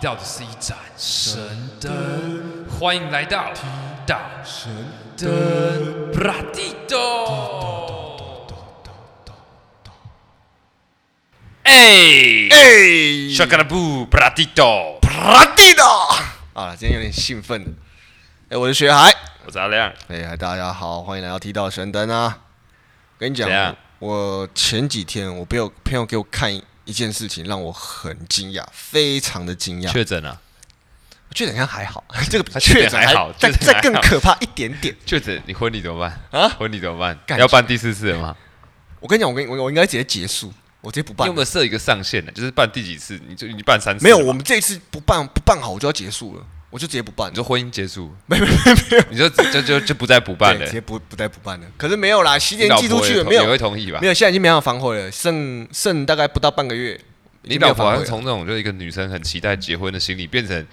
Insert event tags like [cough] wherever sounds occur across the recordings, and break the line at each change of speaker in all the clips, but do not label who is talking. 到的是一盏神灯，欢迎来到提到神灯布拉蒂多。哎
哎，
s h a k a r a b u b r a t i t o
拉蒂的。好了，今天有点兴奋了。哎，我是学海。
我是阿亮，
哎，嗨大家好，欢迎来到踢到神灯啊！跟你讲
怎样，
我前几天我朋友朋友给我看一件事情，让我很惊讶，非常的惊讶。
确诊啊了，
我确诊好像还好， [laughs] 这个比
他确诊
确诊
还好
再
确诊
再
还
更
好
可怕一点点。
确诊，你婚礼怎么办
啊
婚礼怎么办？
干
要办第四次了吗？
我跟你讲，我跟我我应该直接结束，我直接不
你
办
有
了
没。有设一个上限呢？就是办第几次？你就你办三次？
没有，我，们这一次不办不办好，我就要结束了，我就直接不办
你
了。
说婚姻结束？没没没有，你就就就就不再补办
对
了
直。接不不再不办了。可是没有啦，西
你
点
老
寄出
婆
去
也
了，
同
没有
也会同意吧
没？有，现在已经没办法反悔了，剩剩大概不到半个月。已
你
经没有
老婆
反
好
悔
像
了
从那种就是一个女生很期待结婚的心理，变成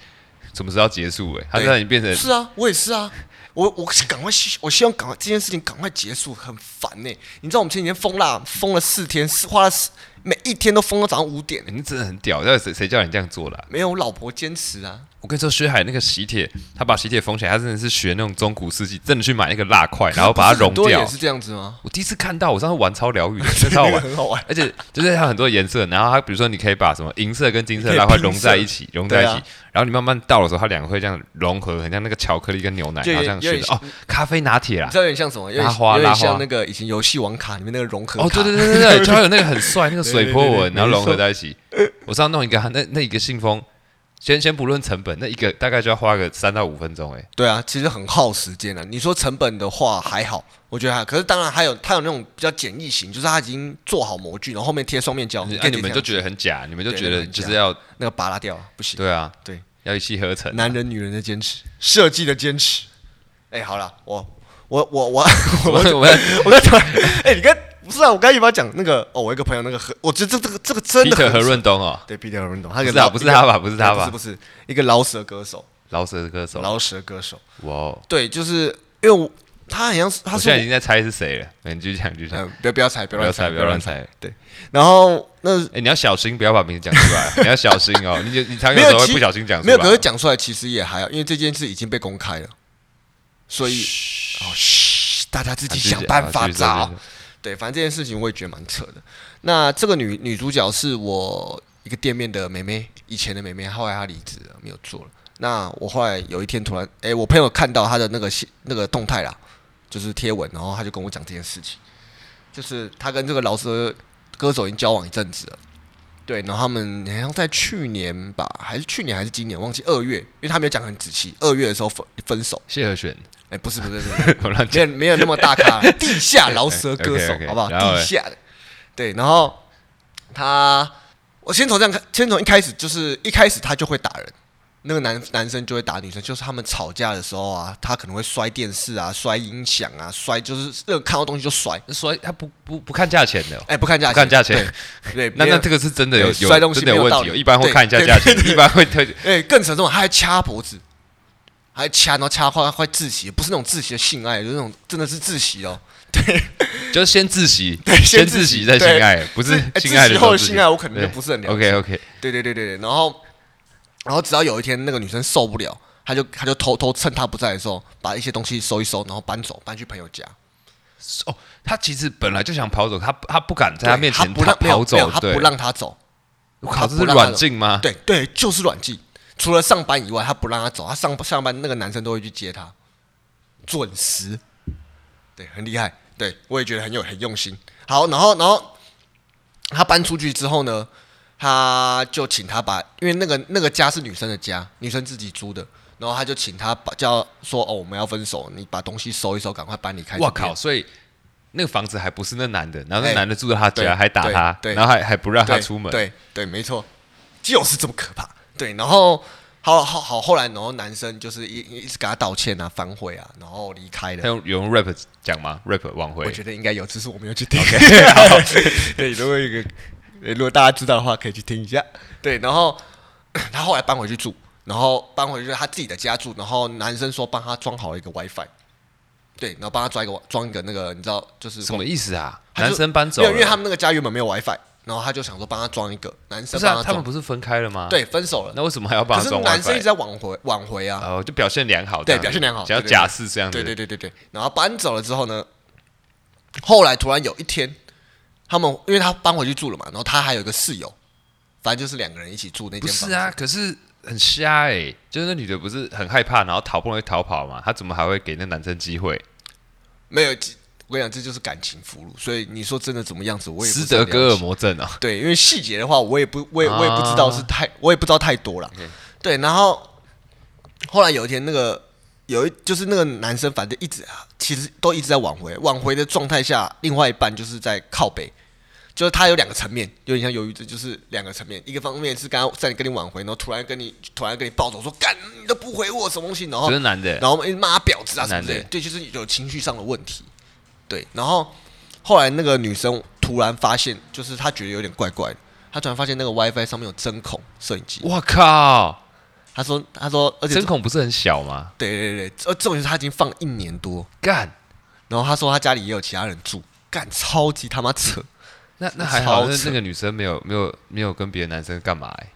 什么时候要结束、欸？哎，她
对
让你变成
是啊，我也是啊，我我是赶快希，我希望赶快这件事情赶快结束，很烦呢、你知道我们前几天封啦，封了四天，是花了四每一天都封到早上五点、
欸你真的很屌，到底谁谁叫你这样做的啊、
没有我老婆坚持啊，
我跟你说，薛海那个喜帖，他把喜帖缝起来，他真的是学那种中古世纪，真的去买那个蜡块，然后把它
可是
融
很多 [laughs]
掉
也。是这样子吗？
我第一次看到，我上次玩超疗愈的，
[laughs]
真的超好玩
那个。很好玩，
而且就是它有很多颜色，然后它比如说你可以把什么银色跟金色蜡块融在一起，融在一起，
[laughs] 对啊
然后你慢慢倒的时候，它两个会这样融合，很像那个巧克力跟牛奶，
就有
然后这样
有
学
点
的哦，咖啡拿铁啦
你知，道有点像什么？有点
拉花
有点
拉花
像那个以前游戏王卡里面那个融合卡。
哦，对对对
[laughs]
对对，就会有那个很帅那个水波
对对
纹，
对
然后融合在一起。我上次弄一个，那那一个信封，先先不论成本，那一个大概就要花个三到五分钟，哎，
对啊，其实很耗时间啊。你说成本的话还好，我觉得还好。可是当然还有它有那种比较简易型，就是它已经做好模具，然后后面贴双面胶，
哎，
跟
你们就觉
得
得很假，你们就
对
觉
那
得
个很
就是
假
要
那个拔拉掉啊，不行。
对啊，
对，
要一气呵成。
男人女人的坚持，设计的坚持。哎，好了，我我我
[laughs]
我
我
[laughs] 我
我们
我刚才突然，哎，你刚不是啊？我刚才有没有讲那个？哦，我一个朋友那个何，我觉得这这个这个真的
Peter
很
和润
[laughs]
东哦，
对 Peter 何润东，他
不
给
是啊，不是他吧？不
哎不
是他
不？
吧
是不是一个饶舌歌手，
饶舌歌手，
饶舌歌手，
哇哦，
对，就是因为我他好像是他
我
是
现
我
在已经在猜是谁了。哎你继续讲，继续讲，
嗯，不要不要猜，不要
不要
乱
猜，
猜，
不要乱。猜。
然后那
哎，你要小心，不要把名字讲出
[laughs]
来，你要小心哦。你就你常有时候会
其
不小心讲出
没有，可
来哦
是。讲出来其实也还好，因为这件事已经被公开了，所以
啊
哦，嘘，大家自己想办法找。对，反正这件事情我也觉得蛮扯的。那这个女女主角是我一个店面的妹妹，以前的妹妹，后来她离职了，没有做了。那我后来有一天突然，哎，我朋友看到她的那个信那个动态啦，就是贴文，然后他就跟我讲这件事情，就是他跟这个饶舌歌手已经交往一阵子了。对，然后他们好像在去年吧，还是去年还是今年，忘记二月，因为他没有讲很仔细。二月的时候分分手，
谢和弦， [laughs]
哎，不是不是不是，
我乱
没有没有那么大
[laughs]
咖，地下饶舌歌手
OK，OK，
好不好？
然后嘞
地下的，对，然后他，我先从这样看，先从一开始就是一开始他就会打人，那个男男生就会打女生，就是他们吵架的时候啊，他可能会摔电视啊，摔音响啊，摔就是任何看到东西就摔，
所以他不不不看价钱的哦。
哎，不看价钱，
不 [laughs] 看价钱，
对，对别
那那
人
这个是真的有
对
有
摔东西
真的有
没有
问
道
题哦，
理
一般会
对
看一下
对
价钱，一般会特
哎，更沉重，他还掐脖子，还掐，然后掐快快窒息，不是那种窒息的性爱，就是那种真的是窒息哦，
就是先自习，
[laughs] 对
先
先
自
自
习
习
再性
对
爱，不是
哎
性
窒
爱的
息
时
后
候
的
自习
性爱我可能就不是很了解。
OK OK，
对对对对对，然后然后直到有一天那个女生受不了，她就她就偷偷趁她不在的时候，把一些东西收一收，然后搬走，搬去朋友家。
哦，他其实本来就想跑走，他他不敢在他
对
面前
不
跑
让没有
跑
没有
走，
她
对
不，让她走。
我
她
靠，这
不
是
让她
软
走
禁吗？
对对，就是软禁。除了上班以外，她不让她走。她上上班那个男生都会去接她，准时。对，很厉害。对我也觉得很有很用心。好，然后然后她搬出去之后呢，他就请他把，因为那个那个家是女生的家，女生自己租的，然后他就请他把叫说哦，我们要分手，你把东西收一收，赶快搬离开。
我靠，！所以那个房子还不是那男的，然后那
哎
男的住在他
对
家，还打
对
他，
对
然后还还不让啊他
对，
出门，
对对，没错，就是这么可怕。对，然后好好好，后来然后男生就是一一直给他道歉啊，反悔啊，然后离开
他
了。
用有用 rap 讲吗？rap 挽回
我，觉得应该有，只是我没有去听。 [laughs]
好
对，如果有一个，对如果大家知道的话，可以去听一下。对，然后 [coughs] 他后来搬回去住，然后搬回去他自己的家住，然后男生说帮他装好了一个 WiFi，对，然后帮他装一个装一个那个，你知道就是
什么意思啊？
他就
男生搬走
没
了，
有，因为他们那个家原本没有 WiFi，然后他就想说帮他装一个男
不
生
是
帮
啊，
他
他
装，
们不是啊分开了吗？，
对，分手了。
那为什么还要帮
可
他
是
装
男生一
WiFi？
直在挽回挽回啊，
哦，就表现良好这
对
样子，
表现良好
只要
对对对
假释这样子，
对对对对对。然后搬走了之后呢，后来突然有一天，他们因为他搬回去住了嘛，然后他还有一个室友，反正就是两个人一起住那
不
间房。
是啊，，可是很瞎哎、就是那女的不是很害怕，然后好不容易逃跑嘛，她怎么还会给那男生机会？
没有。我跟你讲，这就是感情俘虏。所以你说真的怎么样子，我也不
斯
是很了
德哥尔
解
摩症啊，
对，因为细节的话，我也不，我也我也不知道是太，我也不知道太多了
OK。
对，然后后来有一天，那个有一就是那个男生，反正一直啊，其实都一直在挽回，挽回的状态下，另外一半就是在靠北，就是他有两个层面，有点像忧郁症，就是两个层面，一个方面是刚刚在跟你挽回，然后突然跟你突然跟你暴走说干你都不回我什么东西，然后
就是男的，
然后我们一直骂他婊子啊什么之类
男
的
的，
对，就是有情绪上的问题。对，然后后来那个女生突然发现，就是她觉得有点怪怪的，她突然发现那个 WiFi 上面有针孔摄影机。
我靠，
她说，哎她说，而且
针孔不是很小吗？
对对对，呃，重点是她已经放一年多，
干，
然后她说她家里也有其他人住，干超级他妈扯。
那那还好，
超
那
扯
那个女生没有没有没有跟别的男生干嘛、欸？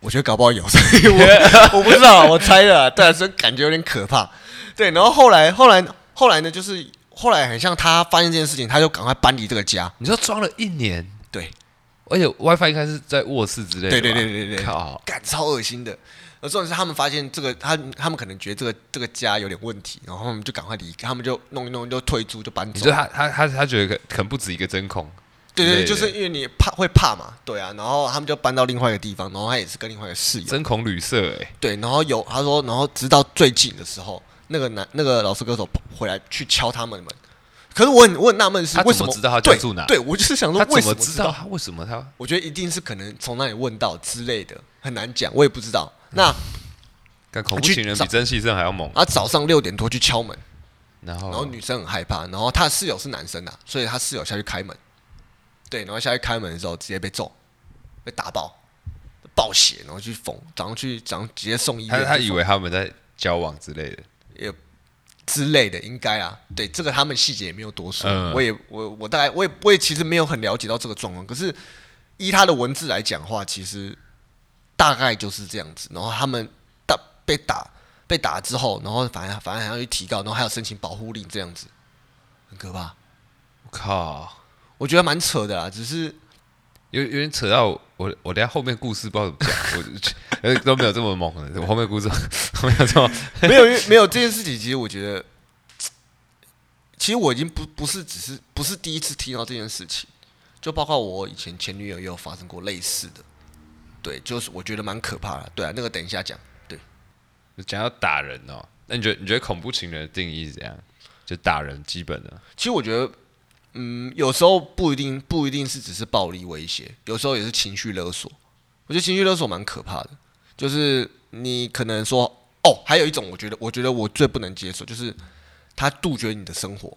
我觉得搞不好有，所以我我不知道，我猜的啊，但是感觉有点可怕。对，然后后来后来后来呢，就是后来很像她发现这件事情，她就赶快搬离这个家。
你说装了一年，
对，
而且 WiFi 应该是在卧室之类的，
对对对，对对对，
靠，
干超恶心的。而重点是他们发现这个，他他们可能觉得这个这个家有点问题，然后他们就赶快离开，他们就弄一弄就退租就搬
你
走
说。她她她她觉得可能不止一个针孔，
对对
对
对，就是因为你怕会怕嘛，对啊。然后他们就搬到另外一个地方，然后他也是跟另外一个室友，
针孔旅社哎、欸，
对。然后有他说，然后直到最近的时候，那个男那个老师歌手回来去敲他们的门。可是我很我很纳闷的是
他怎么
为什
知道他
对
家住哪
对我就是想说
她
为
怎
什么
么知道？她为什么她
我觉得一定是可能从那里问到之类的，很难讲，我也不知道。那
干恐怖
去
情人比
找
真气症还要猛？
啊早上六点多去敲门。
然后
然后女生很害怕，然后她的室友是男生啊，所以她室友下去开门，对，然后下去开门的时候直接被揍，被打爆，爆血，然后去缝，早上去早上直接送医
她
院，
她以为他们在交往之类的，
之类的，应该啊，对，这个他们细节也没有多说，
嗯
我也我我大概我也我也其实没有很了解到这个状况，可是依他的文字来讲话，其实大概就是这样子，然后他们打被打被打之后，然后反正反正还要去提告，然后还要申请保护令这样子，很可怕。
我靠，
我觉得蛮扯的啦，只是
有有点扯到我，我我等一下后面故事不知道怎么讲，我呃都没有这么猛的，我后面故事 [laughs] 我没有这么，
[laughs] 没有因为没有这件事情，其实我觉得，其实我已经不不是只是不是第一次听到这件事情，就包括我以前前女友也有发生过类似的，对，就是我觉得蛮可怕的，对啊，那个等一下讲，对，
讲到打人哦，那你觉得你觉得恐怖情人的定义是怎样？就打人基本的，
其实我觉得，嗯，有时候不一定不一定是只是暴力威胁，有时候也是情绪勒索，我觉得情绪勒索蛮可怕的，就是你可能说，哦，还有一种我觉得我觉得我最不能接受就是他杜绝你的生活。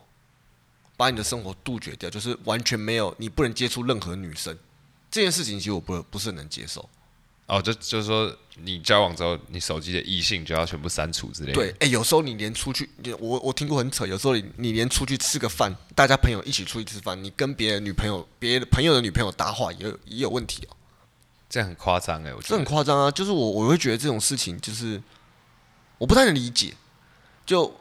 把你的生活杜绝掉，就是完全没有，你不能接触任何女生这件事情，其实我不不是很能接受。
哦，就就是说你交往之后，你手机的异性就要全部删除之类的，
对，哎、有时候你连出去，你我我听过很扯，有时候你你连出去吃个饭，大家朋友一起出去吃饭，你跟别人女朋友、别的朋友的女朋友搭话，也有也有问题哦、
这样很夸张哎，我
这
觉
很
得
夸张啊！就是我我会觉得这种事情就是我不太能理解，就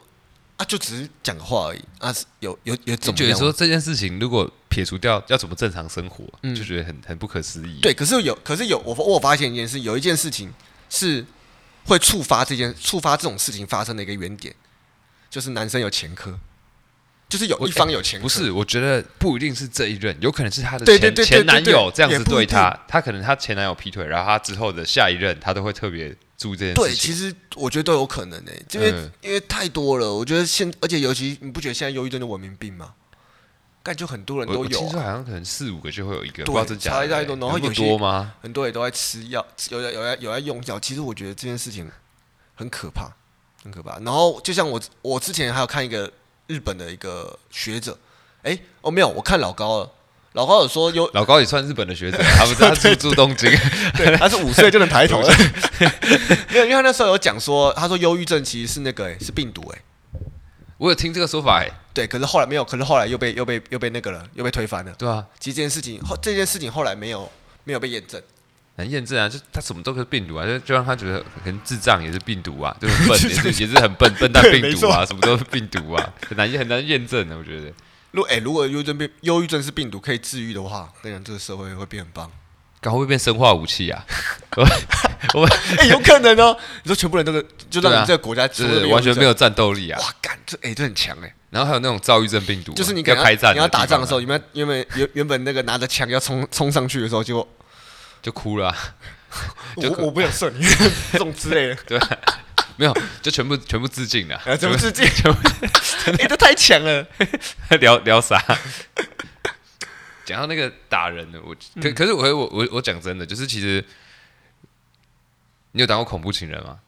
啊就只是讲个话而已啊，是有有有
就
怎么
觉得
样啊
说
吗？
这件事情如果撇除掉，要怎么正常生活，就觉得很很不可思议。
嗯对，可是有可是有我我有发现一件事，有一件事情是会触发这件触发这种事情发生的一个原点，就是男生有前科，就是有
我哎
一方有前科，
不是，我觉得不一定是这一任，有可能是她的
对对
前
对对
前男
对对
友这样
也
子
不
对
一定
她，她可能她前男友劈腿，然后她之后的下一任，她都会特别注意这件
对，
事情。
其实我觉得都有可能诶、欸因为、
嗯
因为太多了。我觉得现，而且尤其你不觉得现在忧郁症的文明病吗？感觉很多人
我
都
我
有
听说
啊、
好像可能四五个就会有一个，
对
不知道真假的
差太多然后
有那么
有些
多吗？
很多人都在吃药，有在有在有在用药。其实我觉得这件事情很可怕，很可怕。然后就像我我之前还有看一个日本的一个学者，诶，哦没有，我看老高了，老高有说
[laughs]
有
老高也算日本的学者，他
[laughs]
们他住住东京，
对，他是五岁就
[laughs]
能抬头了。没有，因为他那时候有讲说，他说忧郁症其实是那个、欸、是病毒、欸，
我有听这个说法哎，
对，可是后来没有，可是后来又被又被又被那个了，又被推翻了。
对啊，
其实这件事情后这件事情后来没有没有被验证，
很验证啊，就他什么都是病毒啊，就就让他觉得很智障也是病毒啊，就 [laughs] 很笨也是也是很笨笨蛋
对
病
没
毒
错
啊，什么都是病毒啊，很难很难验证的，啊我觉得。
如哎、如果忧郁症病忧郁症是病毒可以治愈的话，跟你讲这个社会会变很
[laughs]
棒。
搞会不会变生化武器 [laughs] 啊？我我
哎、有可能哦。你说全部人都个，就让
对啊
你这个国家
就
全部
是
都
完全没
有
有战斗力啊
忧郁症。。哇，干这哎、这很强哎、
然后还有那种躁郁症病毒啊，
就是你可
要
能
开战，
你要打仗的时候，，你们原本原原本那个拿着枪要冲冲上去的时候，结果
就哭了啊、就
我我不想射
[laughs]
你，这种之类的，
没有，就全部全部自尽了，
啊，怎
[laughs]
么自己？
全部
哎、这太强了。
聊聊啥？讲到那个打人的，我可可是我我我我讲真的，就是其实你有当过恐怖情人吗？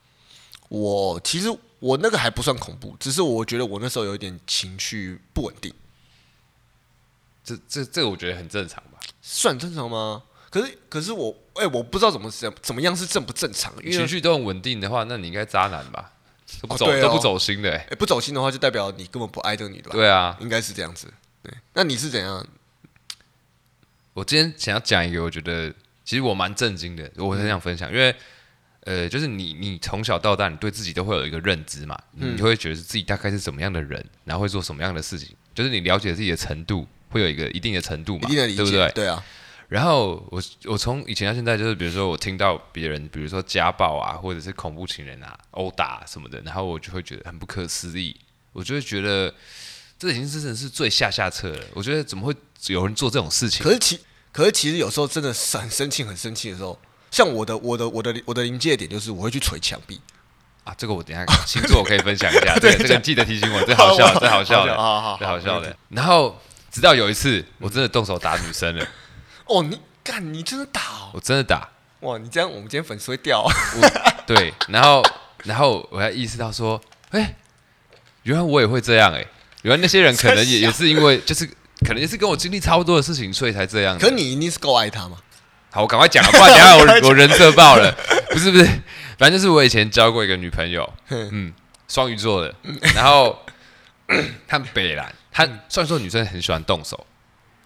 我其实我那个还不算恐怖，只是我觉得我那时候有一点情绪不稳定，
这这这个我觉得很正常吧。
算正常吗？可是可是我哎、我不知道怎么怎怎么样是正不正常，因为
情绪都很稳定的话，那你应该渣男吧？都不
哦
走、
对哦
都不走心的、欸，
哎、不走心的话，就代表你根本不爱这个女的吧？
对啊，
应该是这样子。对，那你是怎样？
我今天想要讲一个，我觉得其实我蛮震惊的，我很想分享，因为呃，就是你你从小到大，你对自己都会有一个认知嘛，
嗯
你会觉得自己大概是什么样的人，然后会做什么样的事情，就是你了解自己的程度会有一个一定的程度
一
嘛，
定的理解，
对不对？
啊，
然后我我从以前到现在，就是比如说我听到别人，比如说家暴啊，或者是恐怖情人啊、殴打、什么的，然后我就会觉得很不可思议，我就会觉得这已经是真的是最下下策了。我觉得怎么会有人做这种事情？
可是其可是其实有时候真的是很生气、很生气的时候，像我的我的我的我的临界点就是我会去捶墙壁。
啊，这个我等一下星座我可以分享一
[laughs]
下，这个这个记得提醒我，这好
好
笑，
好
这好笑的，
好好好
这好笑
没问
的。然后直到有一次，我真的动手打女生了，
哦，你干，你真的打哦！
我真的打，
哇，你这样我们今天粉丝会掉、
[laughs]
哦。
对，然后然后我才意识到说，哎，原来我也会这样，哎，原来那些人可能也也是因为就是可能也是跟我经历差不多的事情，所以才这样的。
可你一定是够爱他嘛？
好，我赶快讲啊，不然等一下
[laughs]
我我人设爆了。不是不是，反正就是我以前交过一个女
[laughs]
朋友，嗯，双鱼座的，然后 [clears throat] 她很北兰，她双鱼座女生很喜欢动手。嗯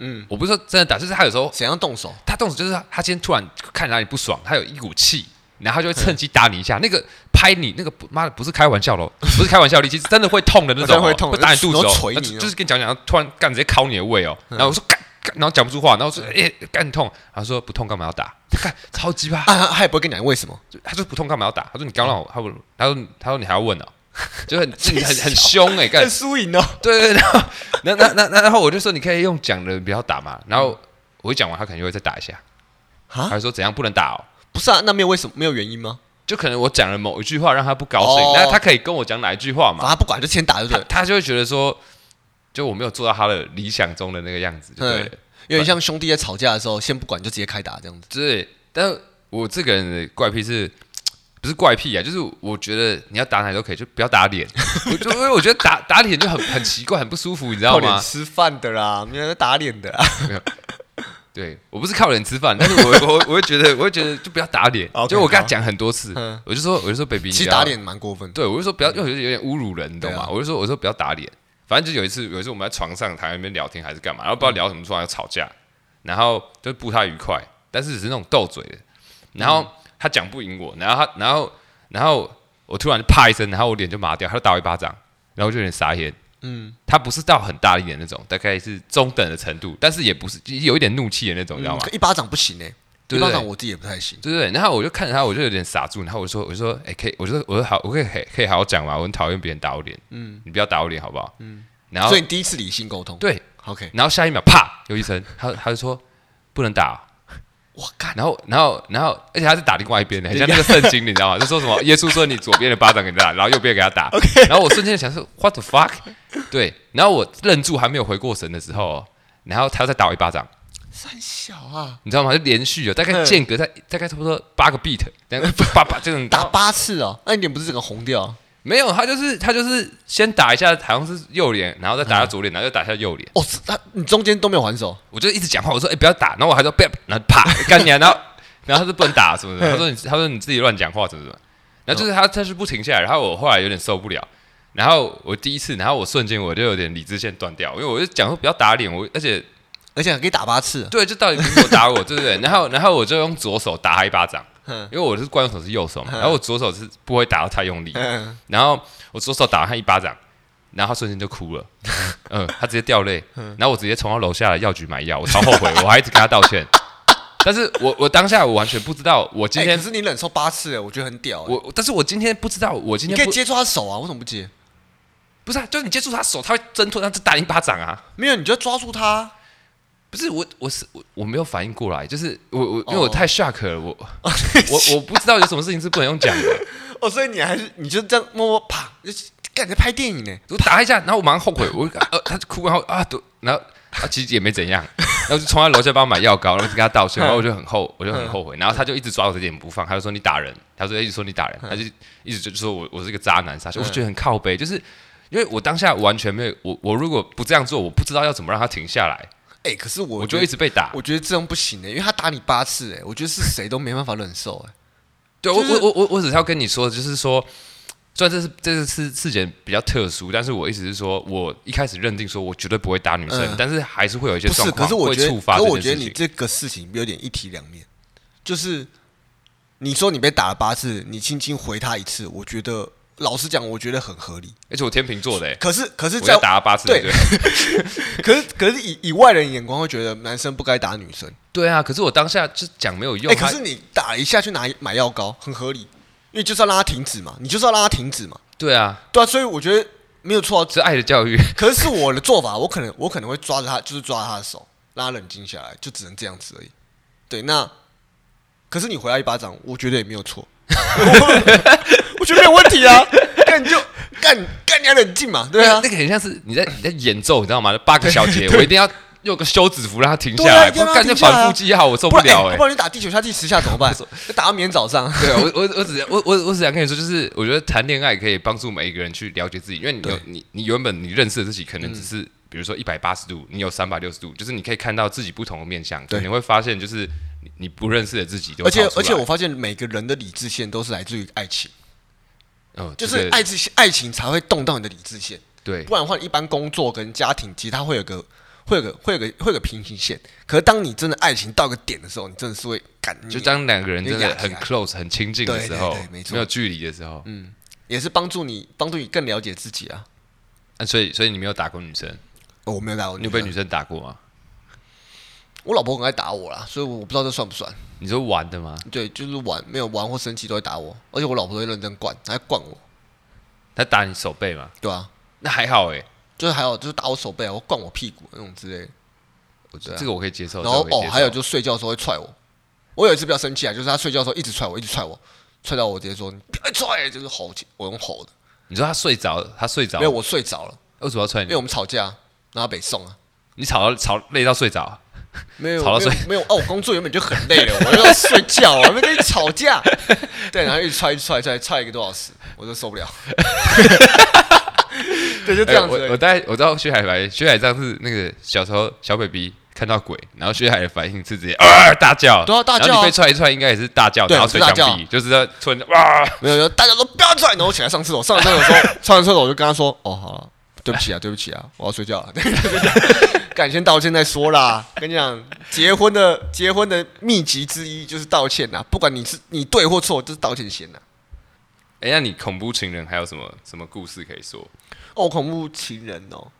嗯，
我不是说真的打，就是她有时候
怎样动手？啊
她动手，就是她她今天突然看哪里不爽，她有一股气，然后她就会趁机打你一下。那个拍你那个不妈的不是开玩笑喽，不是开玩笑力，其实真的会痛的那种
真
哦，
的会痛
会打你肚子
然
哦
后捶，你
她
哦
就就是跟你讲讲，突然干直接敲你的胃哦，然后我说干。干然后讲不出话，然后说：“哎、干你痛。”然后说：“不痛干嘛要打？”干超级吧，
啊，他他也不会跟你讲为什么。
就他说不痛干嘛要打？他说你刚让我，他说他说他说你还要问哦，就很就你很很凶哎、
[laughs]
干
输赢哦。
对对对，然后那那那那然后我就说你可以用讲的不要打嘛，然后我一讲完他可能又会再打一下，
啊
他就说怎样不能打哦，
不是啊，那没有为什么，没有原因吗？
就可能我讲了某一句话让他不高兴，
哦
那他可以跟我讲哪一句话
反正
嘛，
他不管就先打就对
他
了，
他就会觉得说，就我没有做到他的理想中的那个样子，就对了
嗯，有点像兄弟在吵架的时候，先不管就直接开打这样子。
对，但我这个人的怪癖是，不是怪癖啊？就是我觉得你要打哪里都可以，就不要
[laughs]
打脸。我就因为我觉得打打脸就很很奇怪，很不舒服，你知道
靠脸
吗？
吃饭的啦，没人打脸的啦。
对，我不是靠脸吃饭，但是我我我会觉得，我会觉得就不要打
[laughs]
脸。
哦 OK，
就我跟他
好
讲很多次
嗯，
我就说我就说 baby，你
其实
不要
打脸蛮过分的。
对，我就说不要，又有点侮辱人，你懂吗？
嗯对啊
我就说，我说不要打脸。反正就有一次，有一次我们在床上台那边聊天还是干嘛，然后不知
嗯
道聊什么，突然吵架，然后就不太愉快，但是只是那种斗嘴的。然
嗯
后他讲不赢我，然后他，然后，然后我突然就啪一声，然后我脸就麻掉，他就打我一巴掌，然后我就有点傻眼。嗯，他不是到很大力的那种，大概是中等的程度，但是也不是有一点怒气的那种，你知道
嗯
吗？
可一巴掌不行哎、
对
一
不对
巴掌我自己也不太行。
对对，对然后我就看着他，我就有点傻住，然后我说我就说，哎、可以，我就说我说好，我可以可以可以好好讲嘛，我很讨厌别人打我脸，嗯，你不要打我脸好不好？嗯，然后
所以你第一次理性沟通，
对，
，OK，
然后下一秒啪有一声，他他就说不能打哦、
我干，
然后然后然后，而且他是打另外一边的，很像那个圣经，你知道吗？就说什么耶稣说你左边的巴掌给他打，然后右边给他打。然后我瞬间想说 what the fuck，对，然后我愣住还没有回过神的时候哦，然后他再打我一巴掌。
三小啊，
你知道吗？就连续哦有大概
嗯
间隔在大概差不多八个 beat，这样叭叭这种
打八次哦，那你脸不是整个红掉？
没有，他就是他就是先打一下，好像是右脸，然后再打下左脸，然后再打下右脸。
哦，是他你中间都没有还手，
我就一直讲话，我说哎、不要打，然后我还说不要，然后啪干你、啊，然后然后他就不能打什么的，他说你他说你自己乱讲话什么什么，然后就是他他是不停下来，然后我后来有点受不了，然后我第一次，然后我瞬间我就有点理智线断掉，因为我就讲说不要打脸我，而且
而且还可以打八次，
对，就到底苹果打我，对不对？然后然后我就用左手打他一巴掌，
嗯
因为我是惯用手是右手嘛，然后我左手是不会打到太用力，
嗯，
然后我左手打了他一巴掌，然后他瞬间就哭
[laughs]
了，嗯，他直接掉泪，
嗯
然后我直接冲到楼下的药局买药，我超后
[laughs]
悔，我还一直跟他道歉，但是我我当下我完全不知道，我 [laughs] 今
哎，
天、
可是你忍受八次，哎我觉得很屌。哎
我但是我今天不知道，我今
你
天
可以
不
接住他手啊，为什么不接？
不是、啊，就是你接触他手，他会挣脱，他就打你一巴掌啊。
没有，你就抓住
[laughs]
他。
不是我，我是我，我没有反应过来，就是我我，因为
哦
我太 shock
[laughs]
了，我我我不知道有什么事情是不能用讲的。
哦，所以你还是你就这样默默啪，就是干你在拍电影呢。
我打他一下，然后我马上后悔，我呃，他就哭，然后啊，都，然后啊，其实也没怎样， [laughs] 然后就冲到楼下帮我买药膏，然后就跟他道歉，然后我就很后，我就很后悔，
嗯
然后他就一直抓我的脸不放，他就说你打人，他说一直说你打人，他就一直就说我我是个渣男
嗯
啥，我就觉得很靠背，就是因为我当下完全没有，我我如果不这样做，我不知道要怎么让他停下来，
哎，可是我
我
觉
就
得
一直被打。
我觉得这样不行的，欸因为他打你八次，哎，我觉得是谁都没办法忍受，
[laughs]
哎，
对我
就是
我我我我只是要跟你说，就是说，虽然这是这次事件比较特殊，但是我意思是说，我一开始认定说我绝对不会打女生，
嗯
但是还是会有一些
不
状
是，可
况
是我
会
觉
触
得，
发
可
这
我
件
觉
事
得你
情。
这个事情有点一体两面，就是你说你被打了八次，你轻轻回他一次，我觉得老实讲，我觉得很合理。
而且我天秤座的、欸，
可是，可是
我
在
要打了八次，
对
对
[laughs]
不对
可是可是以以外人眼光会觉得男生不该打女生，
对啊。可是我当下就讲没有啊
哎、
用，
可
他
是你打一下去拿买药膏很合理，因为就是要让他停止嘛，你就是要让他停止嘛，
对啊，
对啊，所以我觉得没有错啊。
是爱的教育。
可是我的做法，我可能我可能会抓着他，就是抓着他的手，让他冷静下来，就只能这样子而已。对，那可是你回来一巴掌，我觉得也没有
[laughs]
错，我觉得没有问题啊。干你就干干你要冷静嘛，对啊
[laughs] 那，个很像是你在你在演奏，你知道吗？八个小节，我一定要用个休止符让他停下
对啊
来，
一
不
定要
然
让
干
他
这
停下来啊
反复记号我受
不然
了哎、
哎不然你打第九下、第十下怎么
[laughs]
办？就打到明天早上。
对啊我我我只我我我只想跟你说，就是我觉得谈恋爱可以帮助每一个人去了解自己，因为你有你你原本你认识的自己可
嗯
能只是、比如说一百八十度，你有三百六十度，就是你可以看到自己不同的面相，
对
你会发现就是你你不认识的自己就
而
会
且
跑出
而
来
且我发现每个人的理智线都是来自于爱情，
嗯
就是
这个
爱智爱情才会动到你的理智线。
对
不然的话，一般工作跟家庭，其实它会有个会有个会有个会有个平行线。可是当你真的爱情到个点的时候，你真的是会感，
就当两个人真的
你压
很
起来
close 很亲近的
对
时候
对对没，错
没有距离的时候，嗯，
也是帮助你帮助你更了解自己啊。
所以所以你没有打过女生，
哦，我没有打过
你
女
有被女
生，
生打过吗？
我老婆很爱打我啦，所以我不知道这算不算。
你说玩的吗？
对，就是玩没有玩或生气都会打我，而且我老婆都会认真惯，还惯我，
她打你手背吗？
对啊，
那还好哎、
就是还有就是打我手背啊，或惯我屁股那种之类的。
我
对啊
这个我可以接受。
然后
这个我
哦
可以接，受
还有就睡觉的时候会踹我。我有一次比较生气啊，就是他睡觉的时候一直踹我，一直踹我，踹到我直接说你不要踹，就是吼起，我用吼的。
你说她睡着，她睡着
没有，我睡着了，
为什么要踹
因
你
为？我们吵架，然后北送啊，
你吵到吵累到睡着，
没有
吵到
没有
睡
没有哦，我工作原本就很累 [laughs] 了，我要睡觉啊，还没跟你吵 [laughs] 架，对，然后一直踹一直踹踹踹一个多小时，我都受 [laughs] 不了，对，就这样子
哎我
而
我
已，
大概我知道薛海白，薛海上次那个小时候小 baby 看到鬼，然后薛海的反应是直接啊大叫，
对啊大叫啊
然后你被踹一踹，应该也是大叫，
对
然后捶
我是
墙
大
壁，就是在突然间哇，
没有，就大家都不要踹，然后我起来上厕所，上完厕所之后，上完厕所我就跟他说，哦，好了，对不起啊，对不起啊，我要睡觉了， [laughs] 对对对对敢先道歉再说啦。跟你讲，结婚的结婚的秘籍之一就是道歉呐，不管你是你对或错，就是道歉先呐。
[laughs]
啊
哎、那你恐怖情人还有什么什么故事可以说？
哦，恐怖情人哦，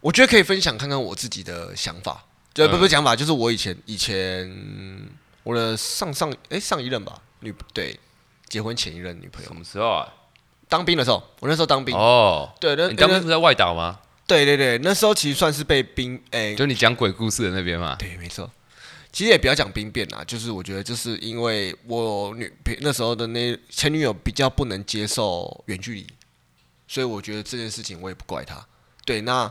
我觉得可以分享看看我自己的想法，就
嗯
不不是想法，就是我以前以前我的上上哎上一任吧女对结婚前一任女朋友
什，么时候啊？
当兵的时候，我那时候当兵，
哦，
对，那
你当
那
时不是在外岛吗？
对对对，那时候其实算是被兵哎，
就你讲鬼故事的那边嘛。
对，没错。其实也不要讲兵变啦，啊就是我觉得，就是因为我女那时候的那前女友比较不能接受远距离，所以我觉得这件事情我也不怪她。对，那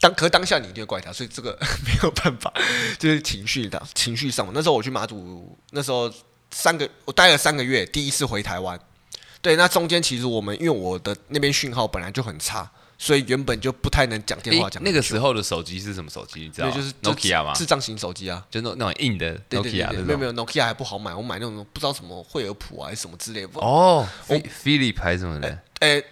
当可是当下你一定会怪她，所以这个 [laughs] 没有办法，就是情绪的情绪上嘛。那时候我去马祖，那时候三个我待了三个月，第一次回台湾。对，那中间其实我们因为我的那边讯号本来就很差，所以原本就不太能讲电话
诶
讲很久、
那个时候的手机是什么手机？你知道
对，
吗？
就是就
Nokia 吗？
智障型手机啊。
就那种那种硬的
对对对
Nokia
对，
那
没有没
种。
有，Nokia 还不好买，我买那种不知道什么惠而浦啊还是什么之类的。哦，
哦
我
，Philip 还是什么的？
哎，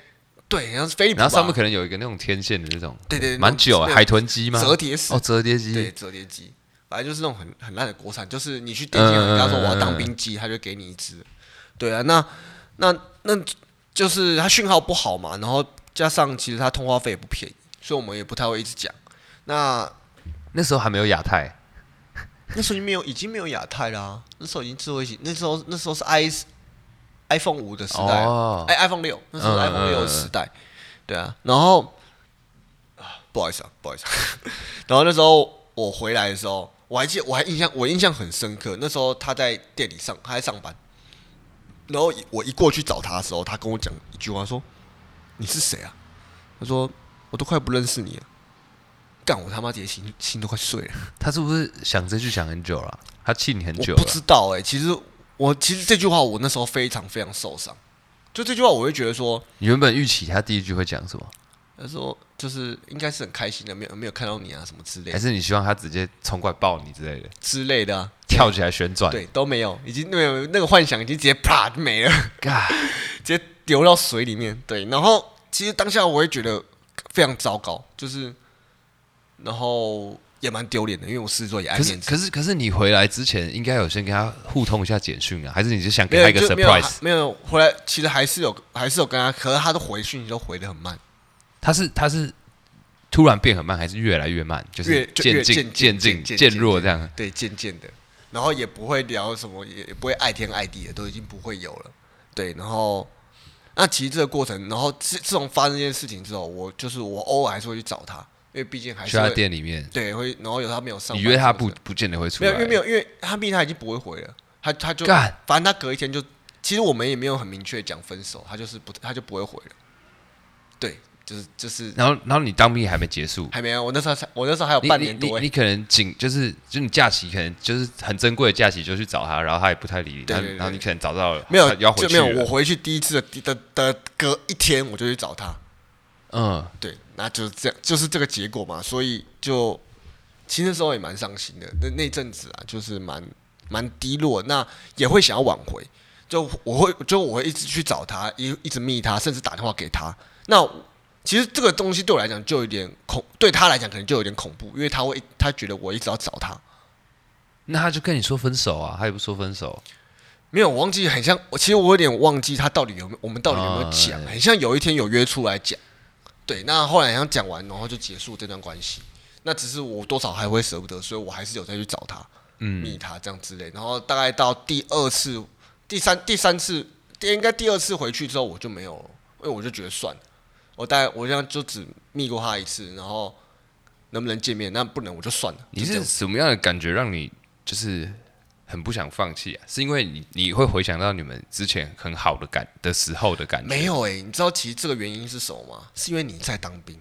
对，然后是飞利浦吧，
然后上面可能有一个那种天线的那种，
对对对
蛮久啊，
那种
海豚机吗？
折叠式
哦，折叠机，
对折叠机，反正就是那种很很烂的国产，就是你去电竞
嗯
行，跟他说我要当兵机，他就给你一支。对啊，那那那就是它讯号不好嘛，然后加上其实它通话费也不便宜，所以我们也不太会一直讲。那
那时候还没有亚太，
[laughs] 那时候已经没有已经没有亚太啦、那时候已经智慧型，那时候那时候是 i iPhone 五的时代，
哦
哎 iPhone 六那时候是
嗯
iPhone 六的
嗯嗯
时代，对啊，然后啊不好意思啊，不好意思啊、 [laughs] 然后那时候我回来的时候，我还记得我还印象我印象很深刻，那时候他在店里上他在上班，然后我一过去找他的时候，他跟我讲一句话说：“你是谁啊？”他说：“我都快不认识你了。”干我他妈直接心心都快碎了。
他是不是想这句想很久了？啊他气你很久
我
了
不，知道哎、其实我其实这句话我那时候非常非常受伤。就这句话，我会觉得说，
你原本预期他第一句会讲什么？
他说就是应该是很开心的，没有没有看到你啊什么之类
还
的
是你希望他直接冲过来抱你之类的，
之类的、啊，
跳起来旋转？
对都没有，已经没有那个幻想已经直接啪 [laughs] 就没了，
嘎，
直接流到水里面。对，然后其实当下我会觉得非常糟糕，就是然后也蛮丢脸的，因为我狮子座也爱
可是
面子，
可是可是你回来之前应该有先跟他互通一下简讯啊，还是你就想
没
给
有
他一个
就没有啊
surprise？
没有回来，其实还是有还是有跟他，可是他都回讯息都回的很慢。
他是他是突然变很慢，还是越来越慢？就
越
是
就越
进
渐
渐
进
进
渐
渐弱这样。
对，渐渐的，然后也不会聊什么，也也不会爱天爱地的，都已经不会有了。对，然后那其实这个过程，然后自自从发生这件事情之后，我就是我偶尔还是会去找他，因为毕竟还
去
是
他
会
店里面，
对会，然后有他没有上班，
你约他不？不见得会出
没
来。
有，因为没有，因为他毕竟他已经不会回了，他他就
干
反正他隔一天就，其实我们也没有很明确讲分手，他就是不他就不会回了。对，就是就是
然后然后你当兵还没结束，
还没啊有，我那时候才我那时候还有
你
半
你
年多
你
欸，
你可能仅就是就你假期可能就是很珍贵的假期就去找他，然后他也不太理你，
对
然后
对对
然后你可能找到了
没有
他要回
就
去
没有，我
了，
回去第一次的的的的隔一天我就去找他，
嗯，
对，那就是这样，就是这个结果嘛，所以就其实那时候也蛮伤心的，那那阵子啊，就是蛮蛮低落，那也会想要挽回，就我会就我会一直去找他，一一直密他，甚至打电话给他。那其实这个东西对我来讲就有点恐，对他来讲可能就有点恐怖，因为他会他觉得我一直要找他，
那他就跟你说分手啊，他也不说分手，
没有，我忘记很像，我其实我有点忘记他到底有没有，我们到底有没有讲，
哎
很像有一天有约出来讲。对，那后来好像讲完，然后就结束这段关系。那只是我多少还会舍不得，所以我还是有再去找他，密
嗯，
他这样之类。然后大概到第二次、第三、第三次，第应该第二次回去之后我就没有了，因为我就觉得算了，我大概我这样就只密过他一次，然后能不能见面，那不能我就算了。
你
就这
是
样
什么样的感觉让你就是很不想放弃啊？是因为你你会回想到你们之前很好的感的时候的感觉，
没有哎、你知道其实这个原因是什么吗？是因为你在当兵，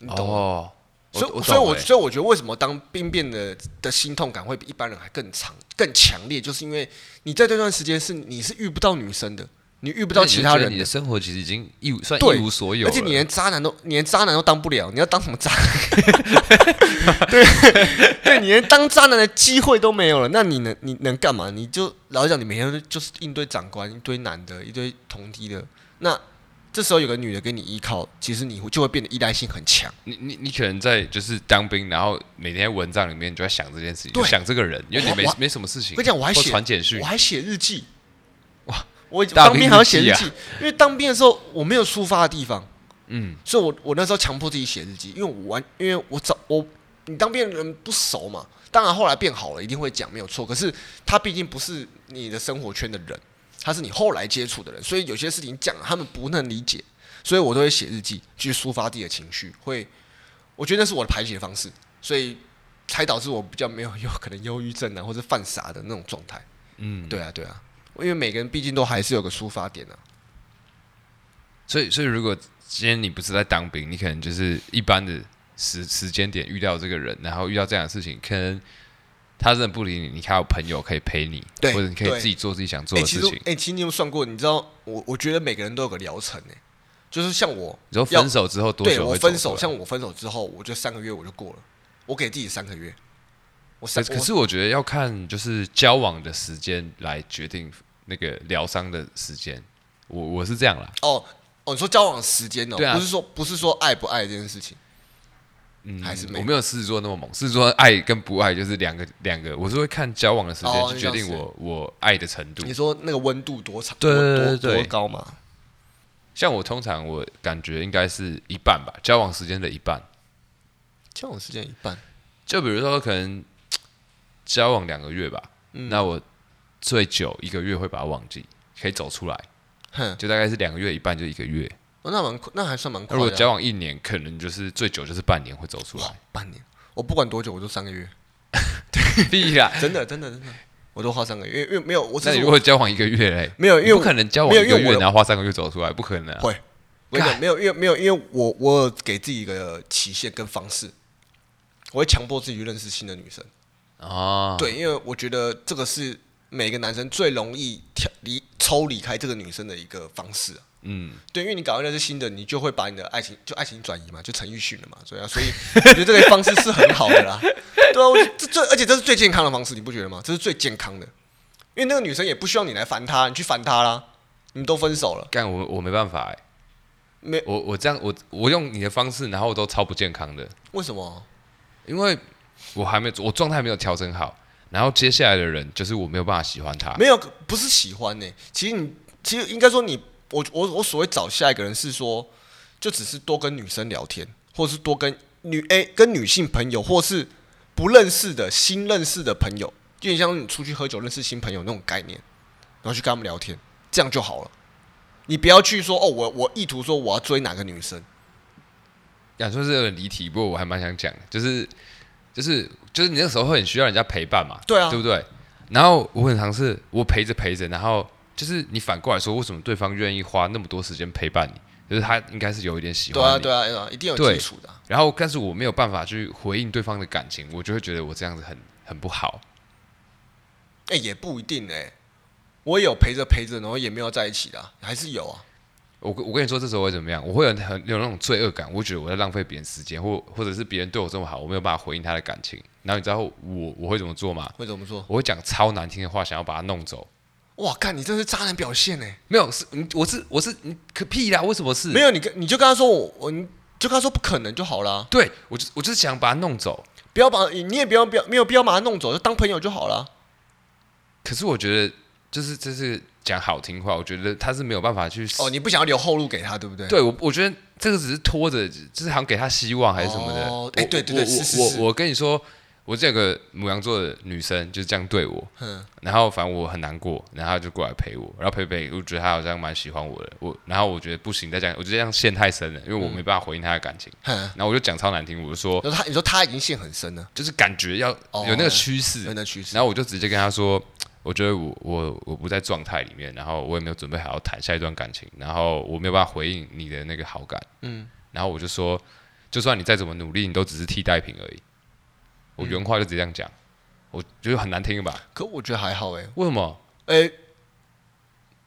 你懂吗？
哦，我
所以，
我
所以
懂
我
欸
所以我觉得为什么当兵变的的心痛感会比一般人还更长、更强烈，就是因为你在这段时间是你是遇不到女生的，你遇不到其他
因为你就觉得
人
你的
的，
生活其实已经一无算
对
一无所有
而
了，
且你连渣男都你连渣男都当不了，你要当什么渣男？ [laughs] 对，对你连当渣男的机会都没有了，那你能你能干嘛？你就老实讲，你每天都就是应对长官、一堆男的、一堆同梯的，那这时候有个女的给你依靠，其实你会就会变得依赖性很强。
你你你可能在就是当兵，然后每天文章里面你就在想这件事情，
对
就想这个人，因为你没
我还
没什么事情。
我跟你讲我还
或
写
传简讯
我，还写日记，哇！我
大
当
兵
兵
日
还要写日
记啊
记，因为当兵的时候我没有抒发的地方，
嗯，
所以我我那时候强迫自己写日记，因为我完，因为我找我你当兵的人不熟嘛，当然后来变好了，一定会讲没有错，可是他毕竟不是你的生活圈的人，他是你后来接触的人，所以有些事情讲了他们不能理解，所以我都会写日记去抒发自己的情绪，会我觉得那是我的排解方式，所以才导致我比较没有有可能忧郁症啊或者犯傻的那种状态。
嗯，
对啊，对啊，因为每个人毕竟都还是有个抒发点啊。
所以所以如果今天你不是在当兵，你可能就是一般的时时间点遇到这个人，然后遇到这样的事情，可能他真的不理你，你还有朋友可以陪你，
对
或者你可以
对
自己做自己想做
哎、
的
其
事
实
情。
哎、其实你有没有算过？你知道，我我觉得每个人都有个疗程哎、就是像我
你说
要
分手之后多
对
久
我
会
分
走
手，
出来
像我分手之后，我就三个月我就过了，我给自己三个月。我
可
三
可是我觉得要看就是交往的时间来决定那个疗伤的时间，我我是这样啦。
我哦，哦，你说交往时间哦，
对啊
不是说不是说爱不爱这件事情，
嗯
还是没有
我没有狮子座那么猛。狮子座爱跟不爱就是两个两个，我是会看交往的时间
哦
去决定
那倒
我我爱的程度
你。说那个温度多长，
对
多
对
多
对对
多高嘛？
像我通常我感觉应该是一半吧，交往时间的一半。
交往时间一半，
就比如说可能交往两个月吧，
嗯
那我最久一个月会把它忘记，可以走出来，
哼，
就大概是两个月一半就一个月。
哦那蛮那还算蛮
那
快
如果
的啊，
交往一年，可能就是最久就是半年会走出
[laughs]
来。
半年，我不管多久，我就三个月，
必 [laughs] 啦，
真的真的真的，我都花三个月，因为因为没有我
那
只
你
是
如果交往一个月嘞，
没有因为
你不可能交往
没有
一
因
个
为
月
我
然后花三个月走出来，不可能、啊。
会，我跟你讲没有，因为没有，因为我我有给自己一个期限跟方式，我会强迫自己去认识新的女生。
哦，
对，因为我觉得这个是每个男生最容易跳离抽离开这个女生的一个方式、啊。
嗯，
对，因为你搞到认识新的，你就会把你的爱情就爱情转移嘛，就陈奕迅了嘛，所以啊，所以我觉得这个方式是很好的啦。 [laughs] 对啊，我觉得这这而且这是最健康的方式，你不觉得吗？这是最健康的，因为那个女生也不需要你来烦她，你去烦她啦，你们都分手了，
干我我没办法哎、
没
我我这样我我用你的方式，然后我都超不健康的，
为什么？啊
因为我还没有我状态没有调整好，然后接下来的人就是我没有办法喜欢他。
没有，不是喜欢呢、其实你，其实应该说你，我我我所谓找下一个人是说，就只是多跟女生聊天，或是多跟女诶、跟女性朋友，或是不认识的新认识的朋友，就很像你出去喝酒认识新朋友那种概念，然后去跟他们聊天，这样就好了。你不要去说哦，我我意图说我要追哪个女生，
讲说是有点离题，不过我还蛮想讲的，就是就是就是你那时候会很需要人家陪伴嘛，
对啊
对不对？然后我很尝试，我陪着陪着，然后就是你反过来说，为什么对方愿意花那么多时间陪伴你？就是他应该是有一点喜
对
欢
啊
你，
对啊对啊，一定有
对
基础的啊、
然后但是我没有办法去回应对方的感情，我就会觉得我这样子很很不好。
哎、也不一定哎、我也有陪着陪着，然后也没有在一起的啊、还是有啊。
我跟我跟你说，这时候我会怎么样？我会有很有那种罪恶感，我会觉得我在浪费别人时间，或或者是别人对我这么好，我没有办法回应他的感情。然后你知道我我会怎么做吗？
会怎么说？
我会讲超难听的话，想要把他弄走。
哇，看你这是渣男表现呢、
没有，是你，我是我是你可屁啦，为什么是？
没
有，
有，你跟你就跟他说我我你就跟他说不可能就好啦，
对我就我就是想把他弄走。
不要把你也不要不要没有必要把他弄走，就当朋友就好啦。
可是我觉得，就是这是讲好听话，我觉得他是没有办法去。
哦，你不想要留后路给他，对不对？，
[laughs] 对我，我觉得这个只是拖着，就是好像给他希望还是什么的。
哦哎
我
对对对
我
是是
我
是
我我跟你说，我这个母羊座的女生就是这样对我，
嗯，
然后反正我很难过，然后她就过来陪我，然后陪陪，我觉得她好像蛮喜欢我的，我然后我觉得不行，再这样，我觉得这样陷太深了，因为
嗯
我没办法回应她的感情，
哼，
然后我就讲超难听，我就说
然后他你说他已经陷很深了，
就是感觉要
哦
有那个趋势，
真的趋势。
然后我就直接跟他说，我觉得我我我不在状态里面，然后我也没有准备好要谈下一段感情，然后我没有办法回应你的那个好感，
嗯，
然后我就说，就算你再怎么努力，你都只是替代品而已。我
嗯
原话就直接这样讲，我觉得很难听吧？
可我觉得还好哎、
为什么？
欸，哎、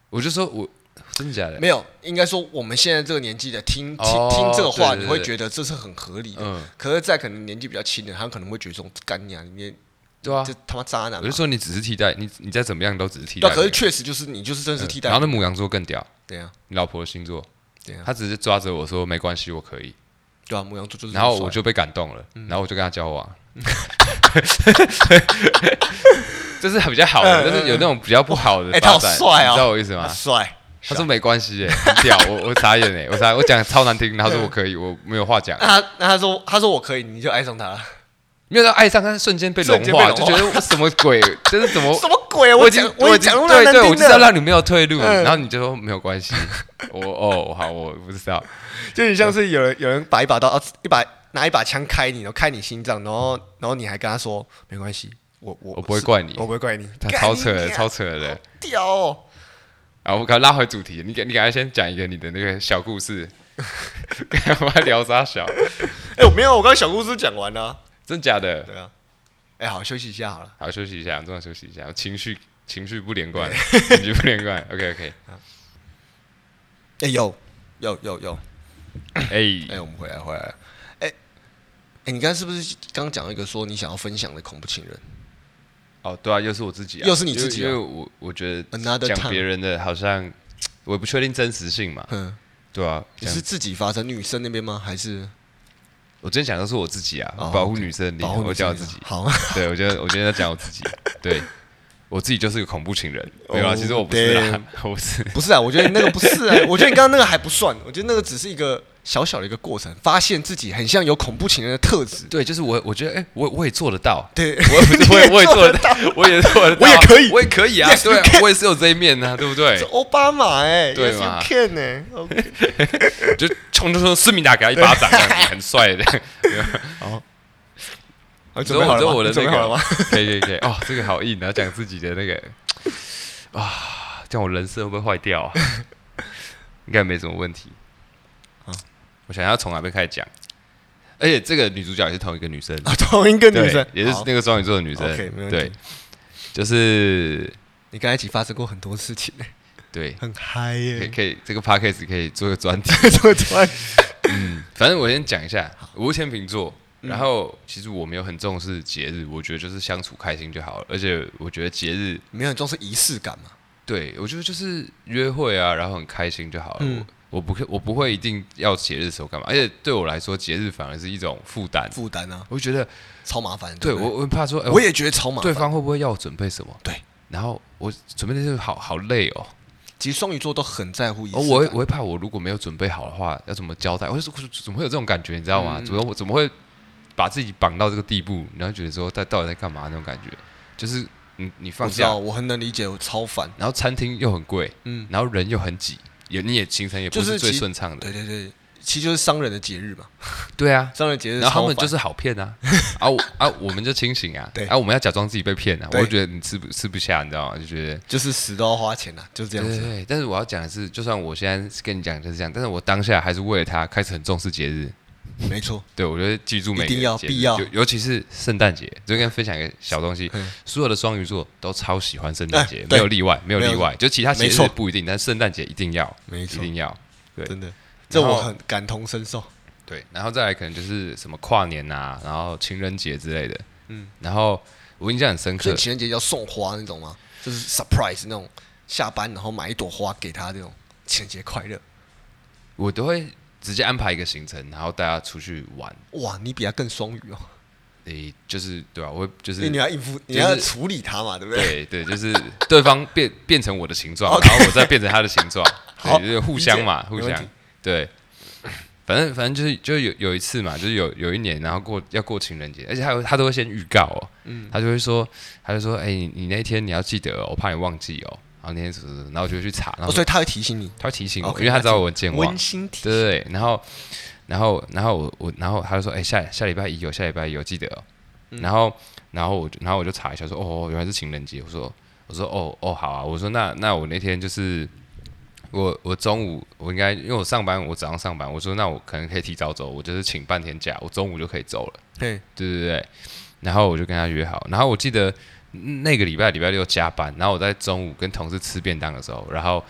我就说我真的假的？
没有，应该说我们现在这个年纪的听听、
哦
听这个话，
对对对
你会觉得这是很合理的。
嗯，
可是，在可能年纪比较轻的，他可能会觉得这种干你啊，你也
对啊
这，他妈渣男
我
嘛
就。说你只是替代，你你再怎么样都只是替代
对啊，
品。
可是确实就是你就是真是替代
嗯然后那母羊座更屌，
对啊，
你老婆的星座
对啊，
他只是抓着我说没关系，我可以。
对啊，母羊座就是这
然
么帅。嗯
后我就被感动了，然后我就跟他交往。 [laughs] 这是比较好的，
嗯嗯
但是有那种比较不好的
哎
发
他
展，
好帅哦
你知道我意思吗
啊？帅，
他说没关系，哎，很屌，我我傻眼哎，我傻，我讲超难听，他
嗯
说我可以，我没有话讲，
那他那他说他说我可以，你就爱上他了，
没有到爱上，他瞬间被融
瞬间被
化，
融
就
化
觉得我什么鬼，这是怎么？
什么鬼啊？
我已经
讲
我
我
已
已
经
经讲那么
对
难
对，我
听
就是要
的，
让你没有退路，
嗯
然后你就说没有关系，我哦好，我不知道，
就很像是有人有人把一把刀，啊一把拿一把枪开你，然后开你心脏，然后然后你还跟他说没关系，我我
我不会怪你
我，不会怪你，
他
干
超扯
你
的，
娘
超扯的。
屌哦！
啊，我们刚拉回主题，你赶你赶快先讲一个你的那个小故 [laughs] 事，我还聊啥小？
哎，我没有，我刚刚小故事讲完了，
真假的？
对啊，哎，好休息一下好了，
好，休息一下，中场休息一下，情绪情绪不连贯，情绪不连贯。OK [coughs] OK，
哎有有有有，
哎，
哎，我们回来回来了，哎哎，你刚刚是不是刚讲了一个说你想要分享的恐怖情人
哦，对啊，又是我自己、啊，
又是你自己
因
啊
为因为我我觉得
Another
讲
time，
别人的好像我也不确定真实性嘛，
嗯
对啊，
你
这样
是自己发生女生那边吗？还是
我真想的是我自己啊，
哦
保护女生的灵
保护
魂，
女
我
生
叫我自
[laughs]
己。
好，
对，我觉得我今天在讲我自己，对我自己就是个恐怖情人，
Oh,
没有啊，其实我不是啦， [laughs] 我不是，
不是啊，我觉得那个不是
[laughs]
啊，我觉得你刚刚那个还不算，我觉得那个只是一个小小的一个过程，发现自己很像有恐怖情人的特质。
对，就是我，我觉得，哎、我我也做得到，
对，
我也不是，我也我 [laughs] 也做得到，我也做得
我
到，
也可以
我也可以啊
Yes, you
对啊
can
我也是有这一面呢、啊，对不对
是？奥巴马哎、
对
yes,
嘛
you can 哎、OK
[laughs] 就冲冲冲，思明达给他一巴掌，这
[laughs]
样子很帅的。
好，
之
准备
后
好
之
了吗？
后我的
你准
那
备好了
个
吗？， [laughs]
可以可以可以，哦，这个好硬啊，讲自己的那个啊，这样我人设会不会坏掉啊？应该没什么问题。
啊
我想要从哪边开始讲？而且这个女主角也是同一个女生，
啊，同一个女
对
生，
也是
好
那个双鱼座的女生
OK，没问题
对，就是
你跟他一起发生过很多事情、欸，
对，
很嗨
可以
耶、
可以，这个 podcast 可以做个
[laughs]
专题。
欸，这么突然，
反正我先讲一下，我是天秤座，
嗯
然后其实我没有很重视节日，我觉得就是相处开心就好了。而且我觉得节日，
没有很重视仪式感嘛？
对我觉得就是约会啊，然后很开心就好了。
嗯
我我不会，我不会一定要节日的时候干嘛，而且对我来说，节日反而是一种负担。
负担啊，
我会觉得，
超麻烦。
对
不
我，我很怕说，哎、
我也觉得超麻
对
烦。
方会不会要我准备什么？
对，
然后我准备那些好好累哦。
其实双鱼座都很在乎仪式
哦，
感。
我会我会怕，我如果没有准备好的话，要怎么交代？我就说怎么会有这种感觉，你知道吗？
嗯
怎么我怎么会把自己绑到这个地步，然后觉得说在到底在干嘛那种感觉？就是你你
我
放
知
假
道，，我很能理解，我超烦。
然后餐厅又很贵，
嗯
然后人又很挤，也你也行程也不
就是是
最
其
顺畅的，
对对对，其实就是商人的节日嘛，
对啊。
商人节呃日超
然
烦。
后他们就是好
[laughs]
骗啊，啊我啊我们就清醒啊
对，
啊我们要假装自己被骗啊，我
对
就觉得你吃不吃不下，你知道吗？就觉得
就是死都要花钱啦，就是这样
对对
子。啊
对，但是我要讲的是，就算我现在跟你讲就是这样，但是我当下还是为了他开始很重视节日，
没错，
对，我觉得记住每个
一定要
节日
必要
尤尤其是圣
[laughs]
诞节。这跟分享一个小东西
嗯，
所有的双鱼座都超喜欢圣诞节
哎，
没
对
有例外，没有
没有
例外。就其他节
没
日
错
不一定，但圣诞节一定要，
没
一
错，
定要。对
真的，这我很感同身受。
对，然后再来可能就是什么跨年啊，然后情人节之类的。嗯
嗯，
然后我印象很深
所
刻
以，情人节要送花那种吗？就是 surprise 那种，下班然后买一朵花给他这种情人节快乐。
我都会直接安排一个行程，然后带他出去玩。
哇，你比他更双鱼哦，
诶，就是对啊吧、我会就
因为
是
你要应付，你
就
要
是
处理他嘛，对不对？
对对，就是对方变变成我的形状，
OK
然后我再变成他的形
[laughs]
状，
好
对，就是互相嘛，
理
互
解
相
没问题
对。反正反正就是就有有一次嘛，就是有有一年，然后过要过情人节，而且他有他都会先预告哦，
嗯
他就会说他就说，哎、你你那天你要记得哦、我怕你忘记哦，然后那天什么什么，然后我就会去查，
哦，
然后
所
说
以他会提醒你，
他会提醒我
OK，
因为他知道我很健忘
温，馨提
对对对，然后然后然后我我然后他就说，哎、下下礼拜一有，下礼拜一有，记得、哦。然后然后我就然后我就查一下说，哦，原来是情人节。我说我说哦哦好啊，我说那那我那天就是我我中午我应该因为我上班我早上上班，我说那我可能可以提早走，我就是请半天假，我中午就可以走了。
对，
对对对，然后我就跟他约好，然后我记得嗯那个礼拜礼拜六加班，然后我在中午跟同事吃便当的时候，然后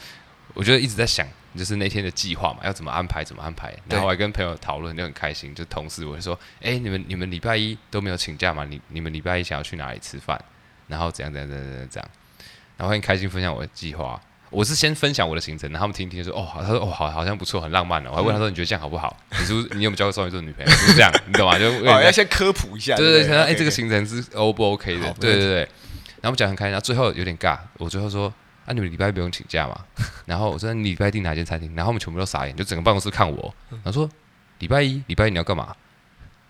我就一直在想，就是那天的计划嘛，要怎么安排，怎么安排，然后我还跟朋友讨论，就很开心，就同事我就说，哎、你们你们礼拜一都没有请假吗？你你们礼拜一想要去哪里吃饭？然后怎样怎样怎样怎样怎样，然后很开心分享我的计划。我是先分享我的行程，然后他们听一听就说哦，好，他说哦好，好像不错，很浪漫哦。我还问他说你觉得这样好不好？你是不哦是你有没有交过双鱼座的女朋友？是不是这样，你懂吗？就问人
哦，
家
要先科普一下。
对
对
对，
不
想到哎，
OK，
这个
OK
行程是 O 不 OK 的
好？没
对
问
对
题
对。然后我们讲很开心，然后最后有点尬，我最后说啊，你们礼拜一不用请假嘛？ [laughs] 然后我说你礼拜一订哪间餐厅？然后我们全部都傻眼，就整个办公室看我，
嗯
然后说礼拜一，礼拜一你要干嘛？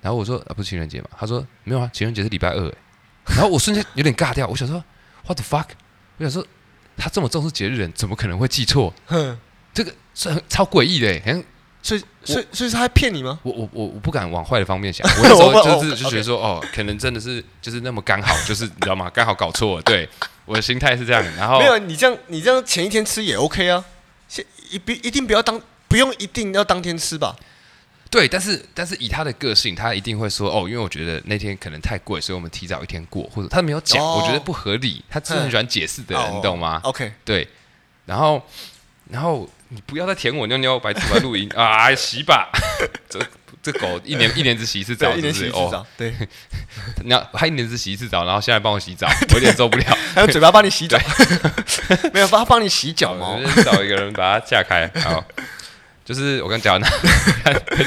然后我说啊，不是情人节嘛？他说没有啊，情人节是礼拜二欸。然后我瞬间有点尬掉，我想说 what the fuck？我想说他这么重视节日人，怎么可能会记错？
哼，
这个是很超诡异的欸，好像
所以所以所以是他在骗你吗？
我我我我不敢往坏的方
[laughs]
面想，我那时候
我
就
我
是就觉得说，哦，可能真的是就是那么刚好，就是你知道吗？刚好搞错了，对，我的心态是这样。然后
没有，你这样你这样前一天吃也 OK 啊，先一必一定不要当不用一定要当天吃吧？
对，但是但是以他的个性，他一定会说，哦，因为我觉得那天可能太贵，所以我们提早一天过，或者他没有讲，
哦
我觉得不合理。他是很喜欢解释的人，
哦
你懂吗？
？OK，
对，然后然后你不要再舔我妞妞，白白录音 [laughs] 啊，洗吧，这这狗一年一年只洗一次澡，
对，一
是不
年
是？
洗一次
哦，
澡，对，
你要他一年只洗一次澡，然后现在帮我洗
[laughs]
澡，我有点受不了。
还有嘴巴帮你洗 [laughs] 澡，没有，他帮你洗脚哦
我
毛
们。就是找一个人把它架开，好。就是我跟贾安娜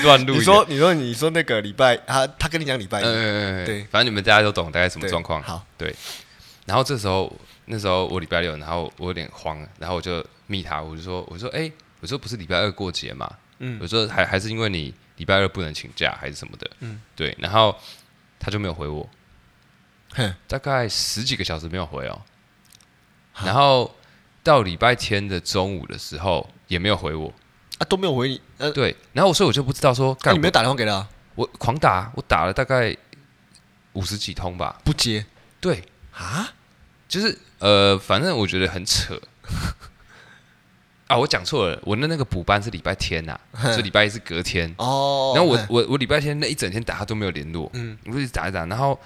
乱录一个， [laughs]
你说你说你说那个礼拜，他他跟你讲礼拜一，
嗯，
呃对
反正你们大家都懂大概什么状况。
好，
对。然后这时候，那时候我礼拜六，然后我有点慌，然后我就密他，我就说，我说，哎、我说不是礼拜二过节嘛，
嗯
我说还还是因为你礼拜二不能请假还是什么的，嗯，对。然后他就没有回我，
哼
大概十几个小时没有回哦。然后到礼拜天的中午的时候也没有回我，
啊都没有回你， [laughs] 呃，
对。然后我所以我就不知道说，
那
干
你没有打电话给他啊
我狂打，我打了大概五十几通吧，
不接
对，
啊？
就是呃，反正我觉得
[laughs]
很扯。啊，我讲错了，我的那个补班是礼拜
[laughs]
天呐、
哼
所以礼拜一是隔天。
哦，
然后我
嗯
我我礼拜天那一整天打他都没有联络，
嗯
嗯，我就一直打一打，然后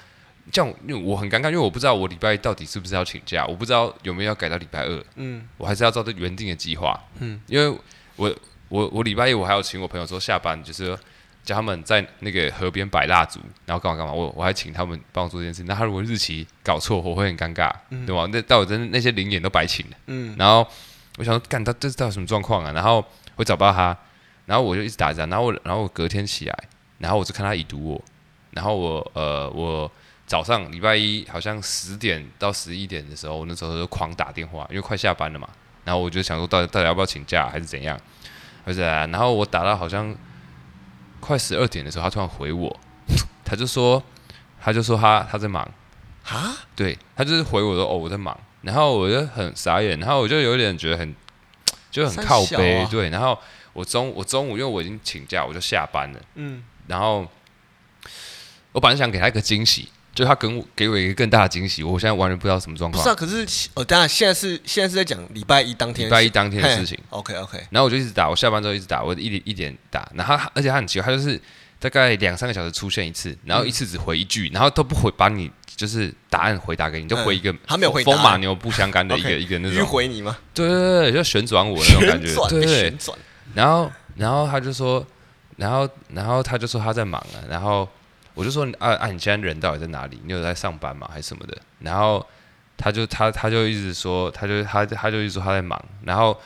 这样因为我很尴尬，因为我不知道我礼拜一到底是不是要请假，我不知道有没有要改到礼拜二，
嗯
我还是要照这原定的计划，
嗯
嗯，因为我我我礼拜一我还要请我朋友说下班就是叫他们在那个河边摆蜡烛，然后干嘛干嘛，我我还请他们帮我做这件事，那他如果日期搞错，我会很尴尬，对吧？那到我真那些零演都白请了，
嗯
然后我想说，干他这是到底什么状况啊？然后我找不到他，然后我就一直打着，然后我然后我隔天起来，然后我就看他已读我，然后我呃我早上礼拜一好像十点到十一点的时候，我那时候就狂打电话，因为快下班了嘛，然后我就想说到底到底要不要请假还是怎样，而且、然后我打到好像快十二点的时候，他突然回我， [laughs] 他就说他就说他他在忙。
啊，
对他就是回我说哦我在忙，然后我就很傻眼，然后我就有点觉得很就很靠
三
背，
小啊
对，然后我中我中午因为我已经请假，我就下班了，
嗯
然后我本来想给他一个惊喜，就他跟我给我一个更大的惊喜，我现在完全不知道什么状
不是啊，
况，
可是哦，当然现在是现在是在讲礼拜一当天
礼拜一当天的事情，
，OK OK，
然后我就一直打，我下班之后一直打，我一点一点打，然后他而且他很奇怪，他就是大概两三个小时出现一次，然后一
嗯
次只回一句，然后都不回把你就是答案回答给你，就回一个、
嗯他没有回答
风马牛不相干的一个
OK，
一个那
迂
种。
回你吗？
对对对，就旋转我那种感觉
旋，转
对对
旋。转，
然后然后他就说，然后然后他就说他在忙啊，然后我就说啊啊，你现在人到底在哪里？你有在上班吗？还是什么的？然后他就他他就一直说，他就他他就一直说他在忙。然后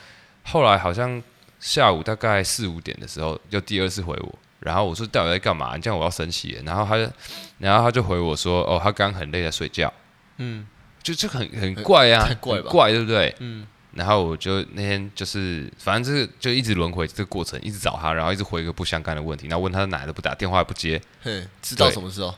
后来好像下午大概四五点的时候，又第二次回我。然后我说到底在干嘛？你这样我要生气了。然后他就，然后他就回我说，哦，他刚刚很累，在睡觉。
嗯
就这个很很怪啊，
太怪
很
吧
怪对不对？
嗯
然后我就那天就是，反正就是就一直轮回这个过程，一直找他，然后一直回一个不相干的问题，然后问他哪来都不打，电话也不接。
嘿，知道
对
什么时候？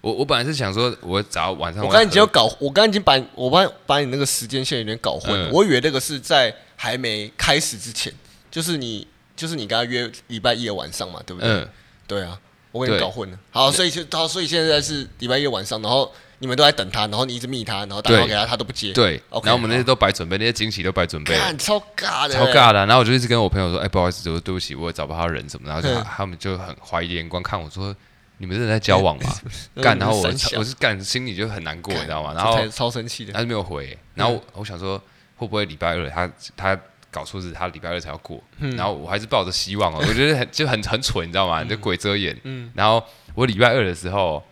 我我本来是想说，我找晚上
我刚才已
喝
经有搞，我刚才已经把我把把你那个时间线有点搞混了。
嗯
我以为那个是在还没开始之前，就是你就是你跟他约礼拜一的晚上嘛，对不对？
嗯，
对啊，我给你
对
搞混了。好，所以就到，所以现在是礼拜一的晚上，然后你们都在等他，然后你一直密他，然后打电话给
对
他，他都不接。
对。
OK，
然后我们那些都白准备，那些惊喜都白准备了，
看超尬的，欸
超。尬的啊、然后我就一直跟我朋友说，哎，不好意思，我对不起，我也找不到他人什么，然后就
嗯
他他们就很怀疑的眼光看我说，你们真的在交往吗？
[laughs] 嗯
干，然后我
三小
我是干，心里就很难过，你知道吗？然
这
后啊
才超生气的。
他就没有回。欸然
嗯
后我我想说，会不会礼拜二他他搞错日，他礼拜二才要过？
嗯
然后我还是抱着希望哦，我觉得很就很很蠢，你知道
[laughs]
吗？就鬼遮眼。
嗯
然后我礼拜二的时候，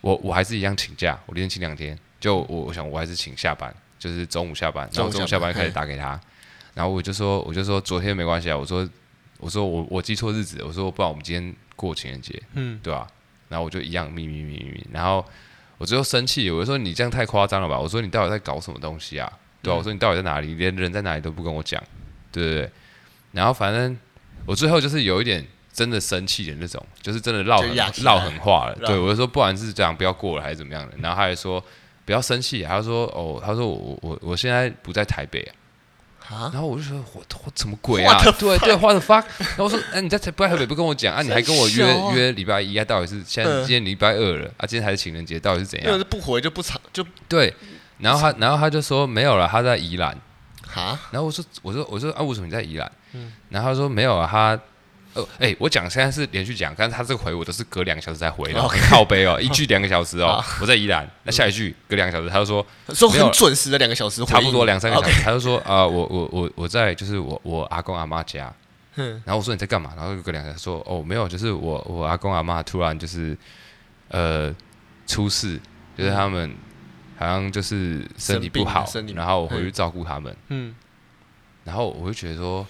我我还是一样请假，我连请两天。就我我想我还是请下班，就是中午下班，然后
中
中
午
午
下
下
班
班开始打给他，然后我就说我就说昨天没关系啊，我说我说我我记错日子，我说不然我们今天过情人节，
嗯
嗯，对吧、然后我就一样咪咪咪咪咪，然后我最后生气，我就说你这样太夸张了吧？我说你到底在搞什么东西啊？对啊，
嗯
我说你到底在哪里？连人在哪里都不跟我讲，对对对。然后反正我最后就是有一点真的生气的那种，就是真的唠
就压
狠
起来
唠狠话了。
让
对，我就说不然是这样，不要过了还是怎么样的。然后他还说不要生气，他说哦，他说我我我现在不在台北啊。
啊，
然后我就说我我怎么鬼啊？对对，what the fuck？然后我说，哎、你在台不在台北不跟我讲啊？你还跟我
真小啊
约约礼拜一啊？到底是现在
嗯
今天礼拜二了啊？今天还是情人节，到底是怎
因为
样？
是不回就不吵就
对，然后他然后他就说没有了，他在宜兰。
啊，
然后我说我说我说啊，为什么你在宜兰？然后他说没有啊，他呃哎、我讲现在是连续讲，但是他这个回我都是隔两个小时才回的，
OK
靠背哦，一句两个小时哦，我在宜兰。那下一句隔两个小时，他就说
说
没有
很
了
准时的两个小时回应，
差不多两三个小
OK，
时，他就说啊、我我我我在就是我我阿公阿妈家，
嗯
然后我说你在干嘛？然后有个两个人说哦没有，就是我我阿公阿妈突然就是呃出事，就是他们好像就是身体不
生病
好
了生，病了
然后我回去照顾他们，
嗯，
然后我就觉得说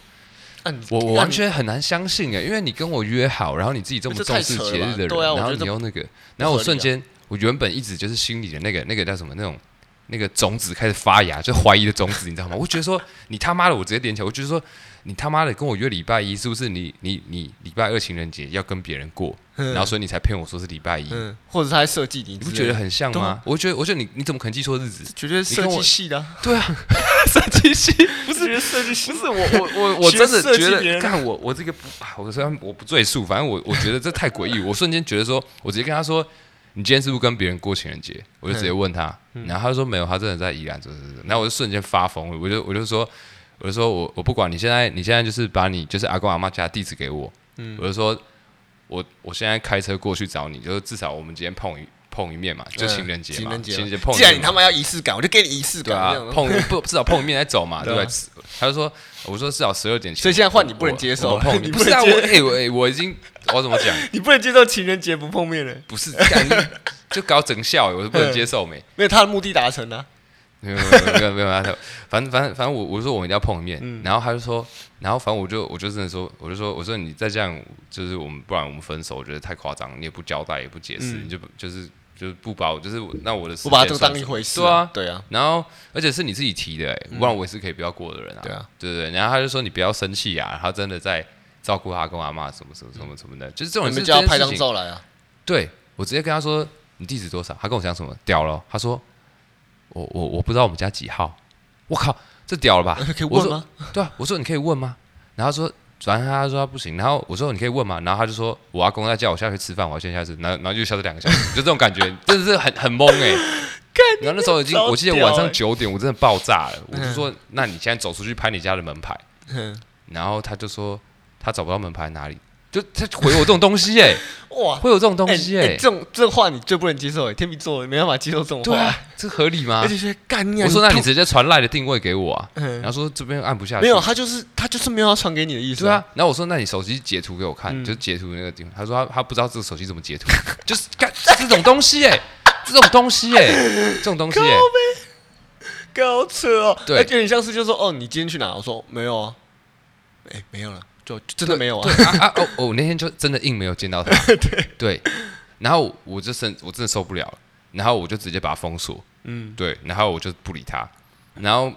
啊你
我我
那
完
你
全很难相信哎，因为你跟我约好，然后你自己这么
这
重
太
视
扯了
节日的
吧
人，
对啊我
然后
觉得
你
这
又那个，然
合
后我
理
瞬
啊
间，我原本一直就是心里的那个那个叫什么那种那个种子开始发芽，就怀疑的种子，你知道吗？我觉得说你他妈的，我直接点起来，我就是说你他妈的跟我约礼拜一，是不是你你你礼拜二情人节要跟别人过，然后所以你才骗我说是礼拜一，
嗯，或者是他在设计你之类的，
你不觉得很像
对
吗
啊？
我觉得我觉得你你怎么可能记错日子？
绝对是
你
设
跟
计
我
系的啊、 [laughs]
对啊，设计 [laughs] 系不是
设计系
不是我我我我
学
真的
设计别
觉得，
人
看我我这个不，啊我虽然我不赘述，反正我我觉得这太诡异，我瞬间觉得说，我直接跟他说，你今天是不是跟别人过情人节？我就直接
嗯
问他，然后他就说没有，他真的在宜兰，这这这，然后我就瞬间发疯了，我就我就说，我就说我我不管你现在你现在就是把你就是阿公阿妈家的地址给我，
嗯
我就说我我现在开车过去找你，就是至少我们今天碰一碰一面嘛，就情人节
嗯情
嘛，
人节嘛，
情人节碰一面嘛。
既然你他妈要仪式感，我就给你仪式
对
感。
啊
这样，
碰不至少碰一面再走嘛，对
对啊
不对？他就说，我说至少十二点前，
所以现在换你不能
我
接受
我们碰
你
面
不
不是啊，
能接
我哎我哎我已经我怎么讲，
你不能接受情人节不碰面了，
不是干你就搞整笑，我是不能接受没。
没有他的目的达成啊。
没有没有没有没有，他反正反正反正我我说我一定要碰一面，然后他就说，然后反正我就我就真的说，我就说我说你再这样，就是我们不然我们分手，我觉得太夸张，你也不交代也不解释，你就就是就是不把我就是我那我的时
我把它
间
这个
算
当
什
一
么
回事、
对啊，
对啊，
然后，而且是你自己提的、欸，不然我也是可以不要过的人啊。
嗯对啊，
对对。然后他就说你不要生气啊，他真的在照顾他跟阿妈什么什么什么什么的，就是这种
你
人哦是
们就要
这件
拍
事
张
情。
照来啊。 [laughs]
对我直接跟他说你地址多少，他跟我讲什么屌了，他说我我我不知道我们家几号，我靠，这屌了吧？
可以
我
问
说
吗？
对啊，我说你可以问吗？然后他说，反正他说他不行。然后我说你可以问吗？然后他就说我阿公在叫我下去吃饭，我要先下去吃。然后然后就消失两个小时，就这种
[laughs]
感觉，真的是很很懵哎、然后那时候已经，
超屌欸
我记得晚上九点，我真的爆炸了。我就说，那你现在走出去拍你家的门牌。
嗯
然后他就说他找不到门牌哪里，就他回我这种东
[laughs]
西哎、
[laughs] 哇，
会有这种东西哎、
哎这种这种话你最不能接受哎，天秤座没办法接受这种
对
话。
啊，这合理吗
而？且是干你啊。
我说那你
痛
直接传赖的定位给我啊，
嗯
然后说这边按不下去，
没有，他就是他就是没有要传给你的意思、
对啊，，然后我说：“那你手机截图给我看，
嗯
就截图那个地方。”他说他：“他不知道这个手机怎么截图， [laughs] 就是干这种东西哎、这种东西哎、这种东西哎、
高扯哦。
对
哎有点像是就说哦，你今天去哪？我说没有啊，哎，没有了，就就真的没有啊。
对啊啊哦哦，我那天就真的硬没有见到
[laughs]
他，对然后我就生我真的受不了了，然后我就直接把他封锁，
嗯，
对，然后我就不理他，然后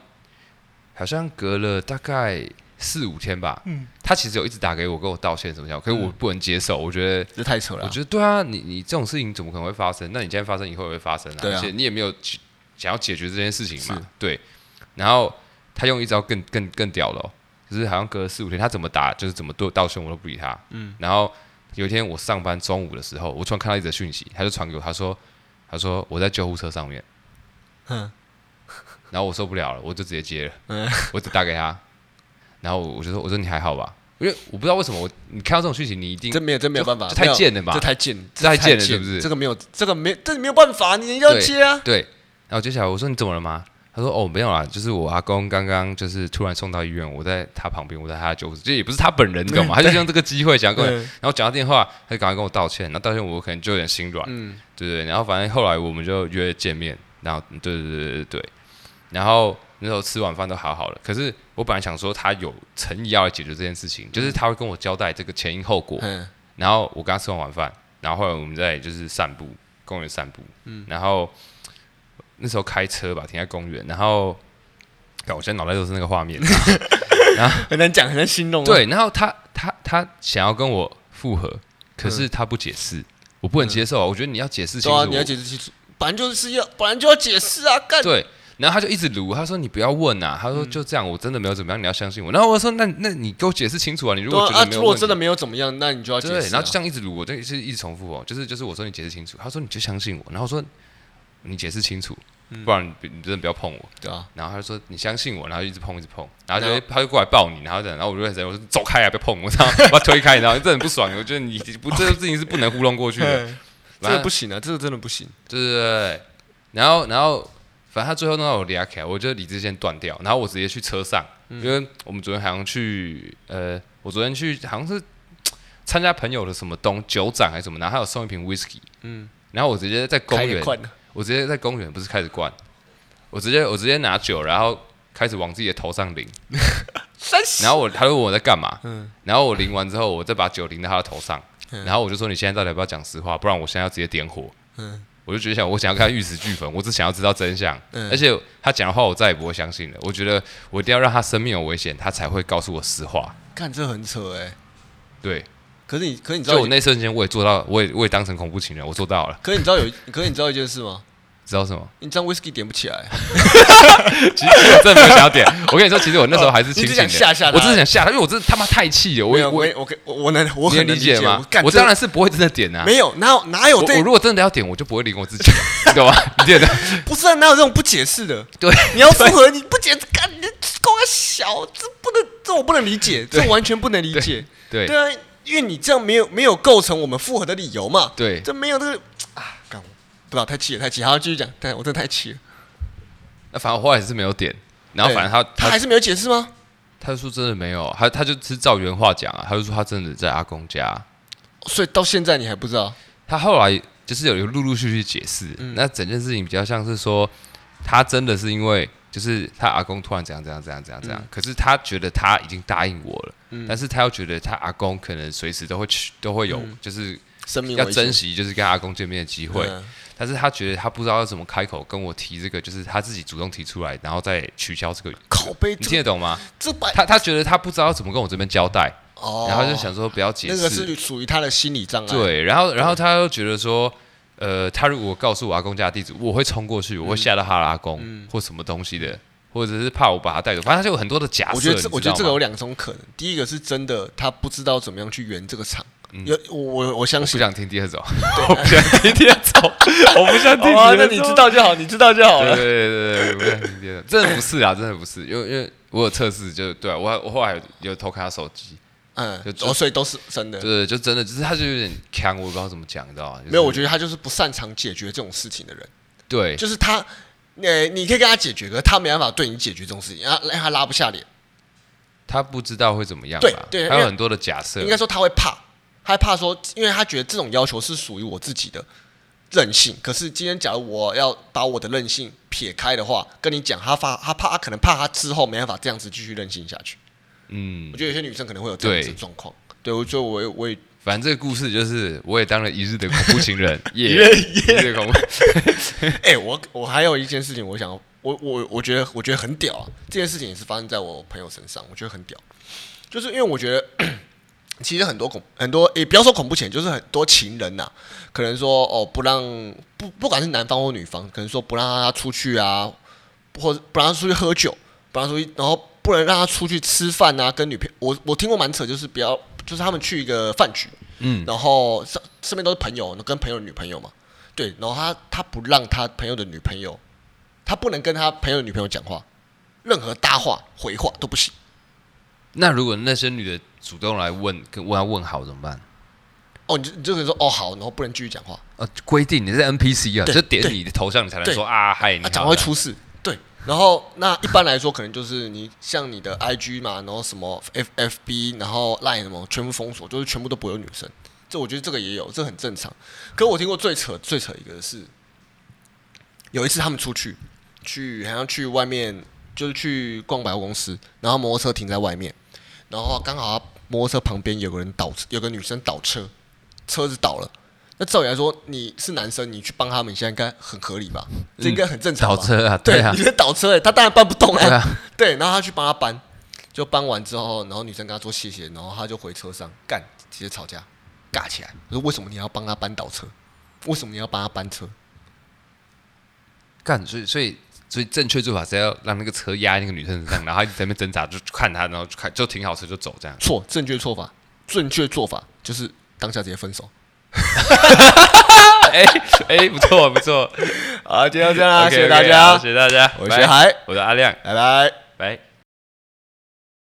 好像隔了大概四五天吧，嗯，他其实有一直打给我跟我道歉什么样，可是
嗯
我不能接受，我觉得。
这太扯了啊、
我觉得对啊，你你这种事情怎么可能会发生？那你今天发生，以后也会发生啊，
对啊
而且你也没有去想要解决这件事情嘛，对。然后他用一招更更更屌的、哦，就是好像隔了四五天，他怎么打就是怎么对道歉，我都不理他。嗯。然后有一天我上班中午的时候，我突然看到一则讯息，他就传给我，他说他说我在救护车上面，
嗯，
然后我受不了了，我就直接接了，
[laughs] 嗯
我只打给他，然后我就说我说你还好吧？因为我不知道为什么我你看到这种讯息，你一定
这没有，这没有
这
办法，
这太
没有
贱了吧
这太贱，
这太贱了是不是
这个没有，这个没，这没有办法，你要
对
接啊。
对，然后接下来我说你怎么了吗？他说哦没有啦，就是我阿公刚刚就是突然送到医院，我在他旁边，我在他的救护车，这也不是他本人，你
[laughs]
懂吗？他就用这个机会想要跟我，
嗯
然后讲到电话，他就赶快跟我道歉，然后道歉我可能就有点心软，
嗯
对对对，然后反正后来我们就约见面，然后对对对对对对，然后那时候吃晚饭都好好了，可是我本来想说他有诚意要来解决这件事情，就是他会跟我交代这个前因后果，
嗯，
然后我刚吃完晚饭，然后后来我们在就是散步，公园散步，
嗯
然后那时候开车吧，停在公园，然后，干我现在脑袋都是那个画面，
[laughs] 很难讲，很难形容、啊。，
对，然后他他他想要跟我复合，可是他不解释，我不能接受啊，我觉得你要解释
嗯对
清楚，
啊，你要解释清楚，本来就是要，本来就要解释啊，干。
对，然后他就一直撸，他说你不要问啊，他说就这样，我真的没有怎么样，你要相信我。然后我说那那你给我解释清楚啊，你如
对
果
啊
觉
啊
得，没有
如果
问题
真的没有怎么样，那你就要解
对，
释、啊。
然后就这样一直撸，我就一直一直重复哦，就是就是我说你解释清楚，他说你就相信我，然后我说你解释清楚，
嗯
不然你不你真的不要碰我。
对啊，
然后他就说你相信我，然后一直碰一直碰，然
然
后就
后
他就过来抱你，然后这样然后我就很生气，我说走开啊，不要碰我， [laughs] 然后把他推开，然后这很不爽，我觉得你不这个事情是不能糊弄过去的，
嗯这
反
个
正
不行啊，这个真的不行。
对对对，对然后然后反正他最后弄到我俩开，我就理智线断掉，然后我直接去车上，因为我们昨天好像去呃，我昨天去好像是参加朋友的什么东酒展还是什么，然后他有送一瓶 whisky，嗯，然后我直接在公
开
园
个，罐啊
我直接在公园不是开始灌，我直接我直接拿酒，然后开始往自己的头上淋，
三十。
然后我他就问我在干嘛，
嗯
然后我淋完之后，我再把酒淋到他的头上，然后我就说你现在到底要不要讲实话，不然我现在要直接点火。
嗯
我就觉得想，我想要跟他玉石俱焚，我只想要知道真相。
嗯
而且他讲的话，我再也不会相信了。我觉得我一定要让他生命有危险，他才会告诉我实话。
看这很扯哎、
对，
可是你，可是你知
所以
道
我，那瞬间我也做到，我也我也当成恐怖情人，我做到了。
可是你知道有，可是你知道一件事吗？
知道什
[laughs]
么？
你这样 whisky 点不起来，
其实我真的没有想要点。我跟你说，其实我那时候还是清醒的，
哦你只想吓吓他
我只是想吓他，因为我真的他妈太气 [laughs] 了。我
没
也
有
我
我我可我我能我
你
很能
能理解吗
我？干
我
这
当然是不会真的点啊。
没有，哪有哪有
我
这
我如果真的要点，我就不会理我自己了， [laughs] 你懂吗？
[laughs]
你点的
不是啊，哪有这种不解释
[laughs]
的？
对，
你要符合你不解释，干你光小，这不能，这我不能理解，这
对
完全不能理解。
对
对啊，因为你这样没有没有构成我们复合的理由嘛。
对
这没有这个啊，干我不知道太气了，太气了。好，继续讲，但我真的太气了。
那反正我后来是没有点，然后
对
反正他
他还
他
是没有解释吗？
他就说真的没有，他他就是照原话讲啊，他就说他真的在阿公家。
所以到现在你还不知道？
他后来就是有陆陆续续解释，
嗯
那整件事情比较像是说，他真的是因为就是他阿公突然怎样怎样怎样怎样怎
嗯
样，可是他觉得他已经答应我了，但是他又觉得他阿公可能随时都会去都会有，
嗯
就是
生命
要
危险
珍惜就是跟阿公见面的机会，
嗯
但是他觉得他不知道要怎么开口跟我提这个，就是他自己主动提出来，然后再取消这个，
靠背
你听
这
得懂吗？
这白
他他觉得他不知道怎么跟我这边交代，
哦，
然后就想说不要解释，
那个是属于他的心理障碍。，
对，然后然后他又觉得说，呃，他如果告诉我阿公家的地址，我会冲过去，我会吓到他的阿公、
嗯
或什么东西的，或者是怕我把他带走，反正他就有很多的假设。
我觉得这
啊你知道
我觉得这个
吗
有两种可能，第一个是真的他不知道怎么样去圆这个场，
嗯
有我我我相
不
信。
想听第二种，我不想听第二种，我不想听第
哦，
二
那
种。
你知道就好，你知道就好
对？对
了。
对对对，我不想听第二种，真的不是啊，真的不是，因为因为我有测试，就对啊我我后来有有偷看他手机，
嗯
就，就
哦，所以都是真的。
对，就真的就是他就有点强，我也不知道怎么讲，你知道吗？就是
没有，我觉得他就是不擅长解决这种事情的人，
对
就是他，呃，你可以跟他解决，可是他没办法对你解决这种事情，啊，他拉不下脸，
他不知道会怎么样吧，
对对
他
因为
有很多的假设
应，该说他会怕，他会怕说，因为他觉得这种要求是属于我自己的任性，可是今天假如我要把我的任性撇开的话，跟你讲，他怕他怕他可能怕他之后没办法这样子继续任性下去，
嗯
我，觉得有些女生可能会有这样子的
对
状况，对，我就我也我也
反正这个故事就是，我也当了一日的恐怖情人，耶
一日
一日的恐怖。
[laughs] 哎、我我还有一件事情，我想要，我我我觉得我觉得很屌啊！这件事情也是发生在我朋友身上，我觉得很屌，就是因为我觉得其实很多恐很多，也、不要说恐怖情人，就是很多情人呐、可能说哦不让不不管是男方或女方，可能说不让他出去啊，或者不让他出去喝酒，不让他出去，然后不能让他出去吃饭啊，跟女朋我我听过蛮扯，就是不要就是他们去一个饭局，
嗯，
然后身身边都是朋友，跟朋友的女朋友嘛，对，然后他他不让他朋友的女朋友，他不能跟他朋友的女朋友讲话，任何搭话回话都不行。
那如果那些女的主动来问，跟问她问好怎么办？
哦，你就你就可以说哦好，然后不能继续讲话，
呃，规定你是 NPC 啊，
对
就点
对
你的头像，你才能
对
说啊嗨，你
啊
好
讲会出事。对，然后那一般来说可能就是你像你的 IG 嘛，然后什么 F F B，然后 Line 什么全部封锁，就是全部都不会有女生。这我觉得这个也有，这很正常。可我听过最扯最扯一个是，有一次他们出去去好像去外面就是去逛百货公司，然后摩托车停在外面，然后刚好他摩托车旁边有个人倒，有个女生倒车，车子倒了。那照理来说，你是男生，你去帮他们，现在应该很合理吧？
嗯
这应该很正常吧。
倒车啊，
对
对啊
你，是倒车、欸，他当然搬不动啊。
对啊，
对，然后他去帮他搬，就搬完之后，然后女生跟他说谢谢，然后他就回车上干，直接吵架，尬起来。我说为什么你要帮他搬倒车？为什么你要帮他搬车？
干，所以所以所以正确做法是要让那个车压在那个女生身上，然后她一直在那边挣扎，就看她，然后就看就停好车就走这样。
错，正确做法，正确做法就是当下直接分手。
哎哎，不错
[laughs]
不错，
好，今天就这样
OK，OK，好谢谢大家，
我是
拜
海
我是阿亮，
拜拜。
拜。